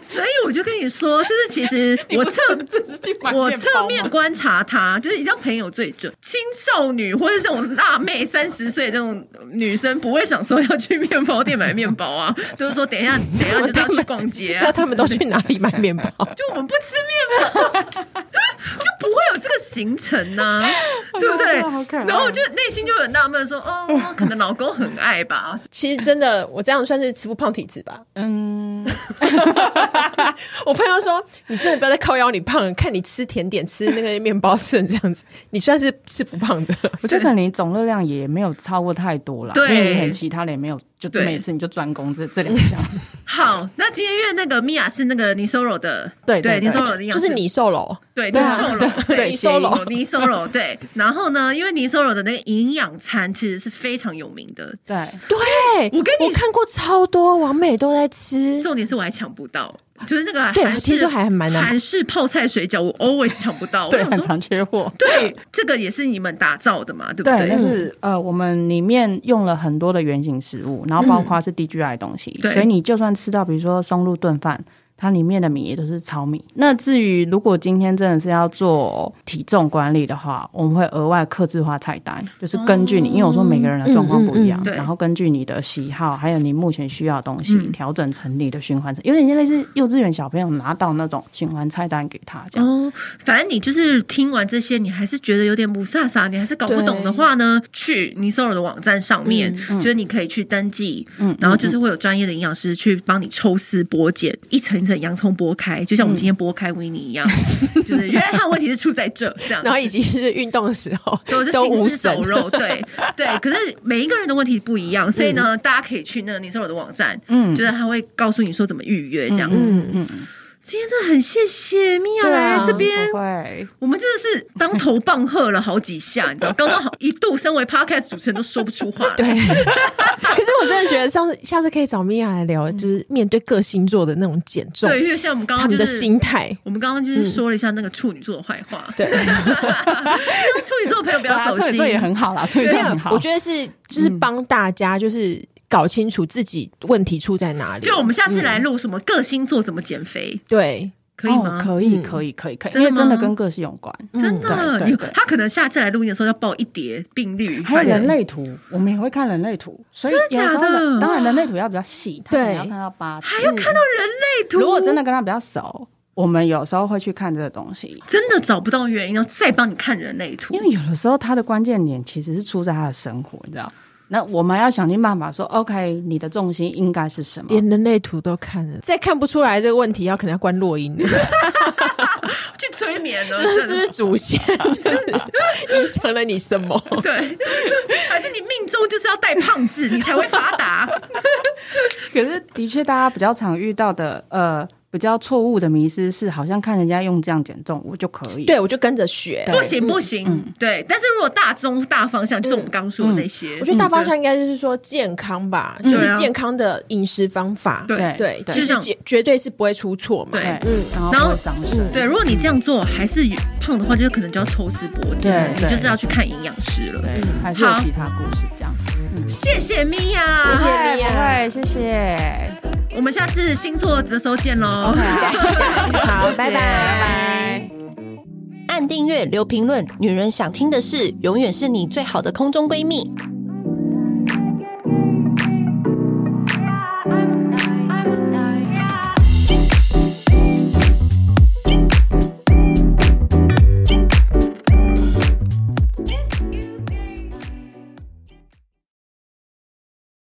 Speaker 1: 所以我就跟你说，就是其实
Speaker 2: [LAUGHS]
Speaker 1: 我侧。
Speaker 2: 这是去买
Speaker 1: 我
Speaker 2: 面包
Speaker 1: 侧
Speaker 2: 吗 [LAUGHS]
Speaker 1: 面观察他，就是你像朋友最准，青少女或者这种辣妹三十岁这种女生不会想说要去面包店买面包啊， [LAUGHS] 就是说等一下等一下就是要去逛街啊
Speaker 2: [LAUGHS] 那，他们都去哪里买面包？
Speaker 1: [LAUGHS] 就我们不吃面包， [LAUGHS] 就不会有这个行程呐、对不对？然后我就内心就很纳闷说，哦，可能老公很爱吧，
Speaker 2: 其实真的，我这样算是吃不胖体质吧。
Speaker 3: 嗯，
Speaker 2: [LAUGHS] 我朋友说：“你真的不要再靠腰，你胖了。看你吃甜点、吃那个面包吃成这样子，你算是吃不胖 [LAUGHS] 的。
Speaker 3: 我觉得可能你总热量也没有超过太多啦，
Speaker 1: 对
Speaker 3: 因为你很其他的也没有，就
Speaker 1: 对
Speaker 3: 每次你就专攻这这两项。
Speaker 1: 好，那今天因为那个米娅是那个尼 s o r o 的，
Speaker 3: 对
Speaker 1: 对，
Speaker 3: 对
Speaker 1: 尼 s
Speaker 3: 对
Speaker 1: o r o 的营养
Speaker 2: 就
Speaker 1: 师
Speaker 2: 是你瘦了，哦
Speaker 1: 对尼
Speaker 3: 对啊
Speaker 1: s o r o
Speaker 3: 对
Speaker 1: 尼
Speaker 2: 你
Speaker 1: s o
Speaker 2: 瘦
Speaker 1: r
Speaker 2: 了
Speaker 1: o 尼 s o r o 对。然后呢，因为尼 s o r o 的那个营养餐其实是非常有名的，
Speaker 3: 对，
Speaker 2: 对
Speaker 1: 我跟你
Speaker 2: 哎我看过超多网美都在吃，
Speaker 1: 重点是我还抢不到，就是那个
Speaker 2: 对
Speaker 1: 韩式
Speaker 2: 听说还蛮难
Speaker 1: 韩式泡菜水饺，我 always 抢不到，我
Speaker 3: 对，
Speaker 1: 想
Speaker 3: 很
Speaker 1: 说。
Speaker 3: 常缺货。
Speaker 1: 对，这个也是你们打造的嘛，对不
Speaker 3: 对，但是呃，我们里面用了很多的原型食物，然后包括是低 GI 的东西，
Speaker 1: 嗯对
Speaker 3: 所以你就算吃到比如说松露炖饭，它里面的米也都是糙米。那至于如果今天真的是要做体重管理的话，我们会额外克制化菜单，就是根据你，因为我说每个人的状况不一样，
Speaker 1: 嗯嗯嗯
Speaker 3: 然后根据你的喜好，还有你目前需要的东西，调整成你的循环，有点像类似幼稚园小朋友拿到那种循环菜单给他这样。
Speaker 1: 哦，反正你就是听完这些，你还是觉得有点不飒飒，你还是搞不懂的话呢，去尼索尔的网站上面，就是你可以去登记，
Speaker 3: 嗯
Speaker 1: 然后就是会有专业的营养师去帮你抽丝剥茧，一层一层洋葱剥开，
Speaker 2: 嗯
Speaker 1: 就像我们今天剥开维尼
Speaker 2: [LAUGHS]
Speaker 1: 一样，就是原来他的问题是出在这，这样子
Speaker 2: 然后以及是运动的时候
Speaker 1: 对，我就
Speaker 2: 都无
Speaker 1: 行尸
Speaker 2: 神
Speaker 1: 走。肉，
Speaker 2: [LAUGHS]
Speaker 1: 对对。可是每一个人的问题不一样，所以
Speaker 2: 嗯
Speaker 1: 呢，大家可以去那个尼索尔的网站，
Speaker 3: 嗯
Speaker 1: 就是他会告诉你说怎么预约这样子。
Speaker 2: 嗯
Speaker 3: 嗯，
Speaker 1: 今天真的很谢谢米娅
Speaker 2: 对啊
Speaker 1: 来这边
Speaker 3: 不会。
Speaker 1: 我们真的是当头棒喝了好几下，
Speaker 2: [LAUGHS]
Speaker 1: 你知道，刚刚好一度身为 podcast 主持人都说不出话来。
Speaker 2: 对， [LAUGHS] 可是我真的觉得上次下次可以找米娅来聊，就是面对各星座的那种减重，
Speaker 1: 对，因为像我们刚
Speaker 2: 他
Speaker 1: 刚
Speaker 2: 们
Speaker 1: 就
Speaker 2: 的
Speaker 1: 是，
Speaker 2: 心态。
Speaker 1: 我们刚刚
Speaker 3: 嗯
Speaker 1: 就是说了一下那个处女座的坏话，
Speaker 2: [LAUGHS] 对，
Speaker 1: 希望处女座的朋友不
Speaker 3: 不
Speaker 1: 要走
Speaker 3: 啊所以
Speaker 1: 心。
Speaker 3: 这 [LAUGHS] 也很好啦，所以这
Speaker 2: 没有
Speaker 3: 很好。
Speaker 2: 我觉得是就是帮大家就是搞清楚自己问题出在哪里。
Speaker 1: 就我们下次来录什么各星座怎么减肥，
Speaker 2: 对
Speaker 1: 可以吗？
Speaker 3: 哦可以，
Speaker 2: 嗯
Speaker 3: 可以，可以，可
Speaker 1: 真
Speaker 3: 以，因
Speaker 1: 的
Speaker 3: 为真的
Speaker 1: 吗嗯
Speaker 3: 跟个性有关。
Speaker 1: 真的，
Speaker 3: 对对
Speaker 1: 你
Speaker 3: 对
Speaker 1: 他可能下次来录音的时候要报一叠病例，
Speaker 3: 还有人类图，我们也会看人类图，所以
Speaker 1: 真
Speaker 3: 有
Speaker 1: 的
Speaker 3: 时
Speaker 1: 假
Speaker 3: 候
Speaker 1: 的
Speaker 3: 人当然人类图要比较细，他可能
Speaker 2: 对
Speaker 3: 要看到八字。
Speaker 1: 还要看到人类图，
Speaker 3: 如果真的跟他比较熟，我们有时候会去看这个东西，
Speaker 1: 真的找不到原因，然后再帮你看人类图
Speaker 3: 因，为有的时候他的关键点其实是出在他的生活，你知道。那我们要想尽办法说，OK，你的重心应该是什么？
Speaker 2: 连人类图都看了，再啊看不出来这个问题，要可能要关落音， [LAUGHS] 这
Speaker 1: 去催眠了，
Speaker 2: 是不是祖 [LAUGHS] 先就是影响了你什么？
Speaker 3: [LAUGHS]
Speaker 1: 对，还是你命中就是要带胖子，你才会发达。
Speaker 3: 可是的确，大家比较常遇到的，呃，比较错误的迷失是，好像看人家用这样减重，我就可以。
Speaker 2: [LAUGHS] 对，我就跟着学。
Speaker 3: [LAUGHS] 对嗯
Speaker 1: 不行不行，对。但是如果大中大方向，就是我们刚刚说的那
Speaker 3: 嗯
Speaker 1: 些，
Speaker 2: 我觉得大方向应该就是说健康吧，就
Speaker 1: 对
Speaker 2: 是
Speaker 1: 啊
Speaker 2: 健康的饮食方法。
Speaker 1: 对
Speaker 2: 对，
Speaker 3: 对
Speaker 2: 其
Speaker 1: 就
Speaker 2: 实
Speaker 1: 像
Speaker 2: 绝绝对是不会出错嘛。
Speaker 1: 对
Speaker 3: 对，
Speaker 2: 嗯
Speaker 3: 然后
Speaker 1: 然
Speaker 3: 不
Speaker 1: 后
Speaker 3: 会伤身。
Speaker 1: 对，如果你这样做还是胖的话，就是可能就要抽丝剥茧，
Speaker 3: 对
Speaker 1: 你就是要去看营养师了。
Speaker 3: 对，还是有
Speaker 1: 好
Speaker 3: 其他故事这样。
Speaker 1: 谢谢米娅，
Speaker 2: 谢谢
Speaker 3: 哎
Speaker 2: 你啊
Speaker 3: 不会，谢谢。
Speaker 1: 我们下次星座的时候见喽。
Speaker 2: 好，拜拜。
Speaker 4: 按订阅，留评论，女人想听的事，永远是你最好的空中闺蜜。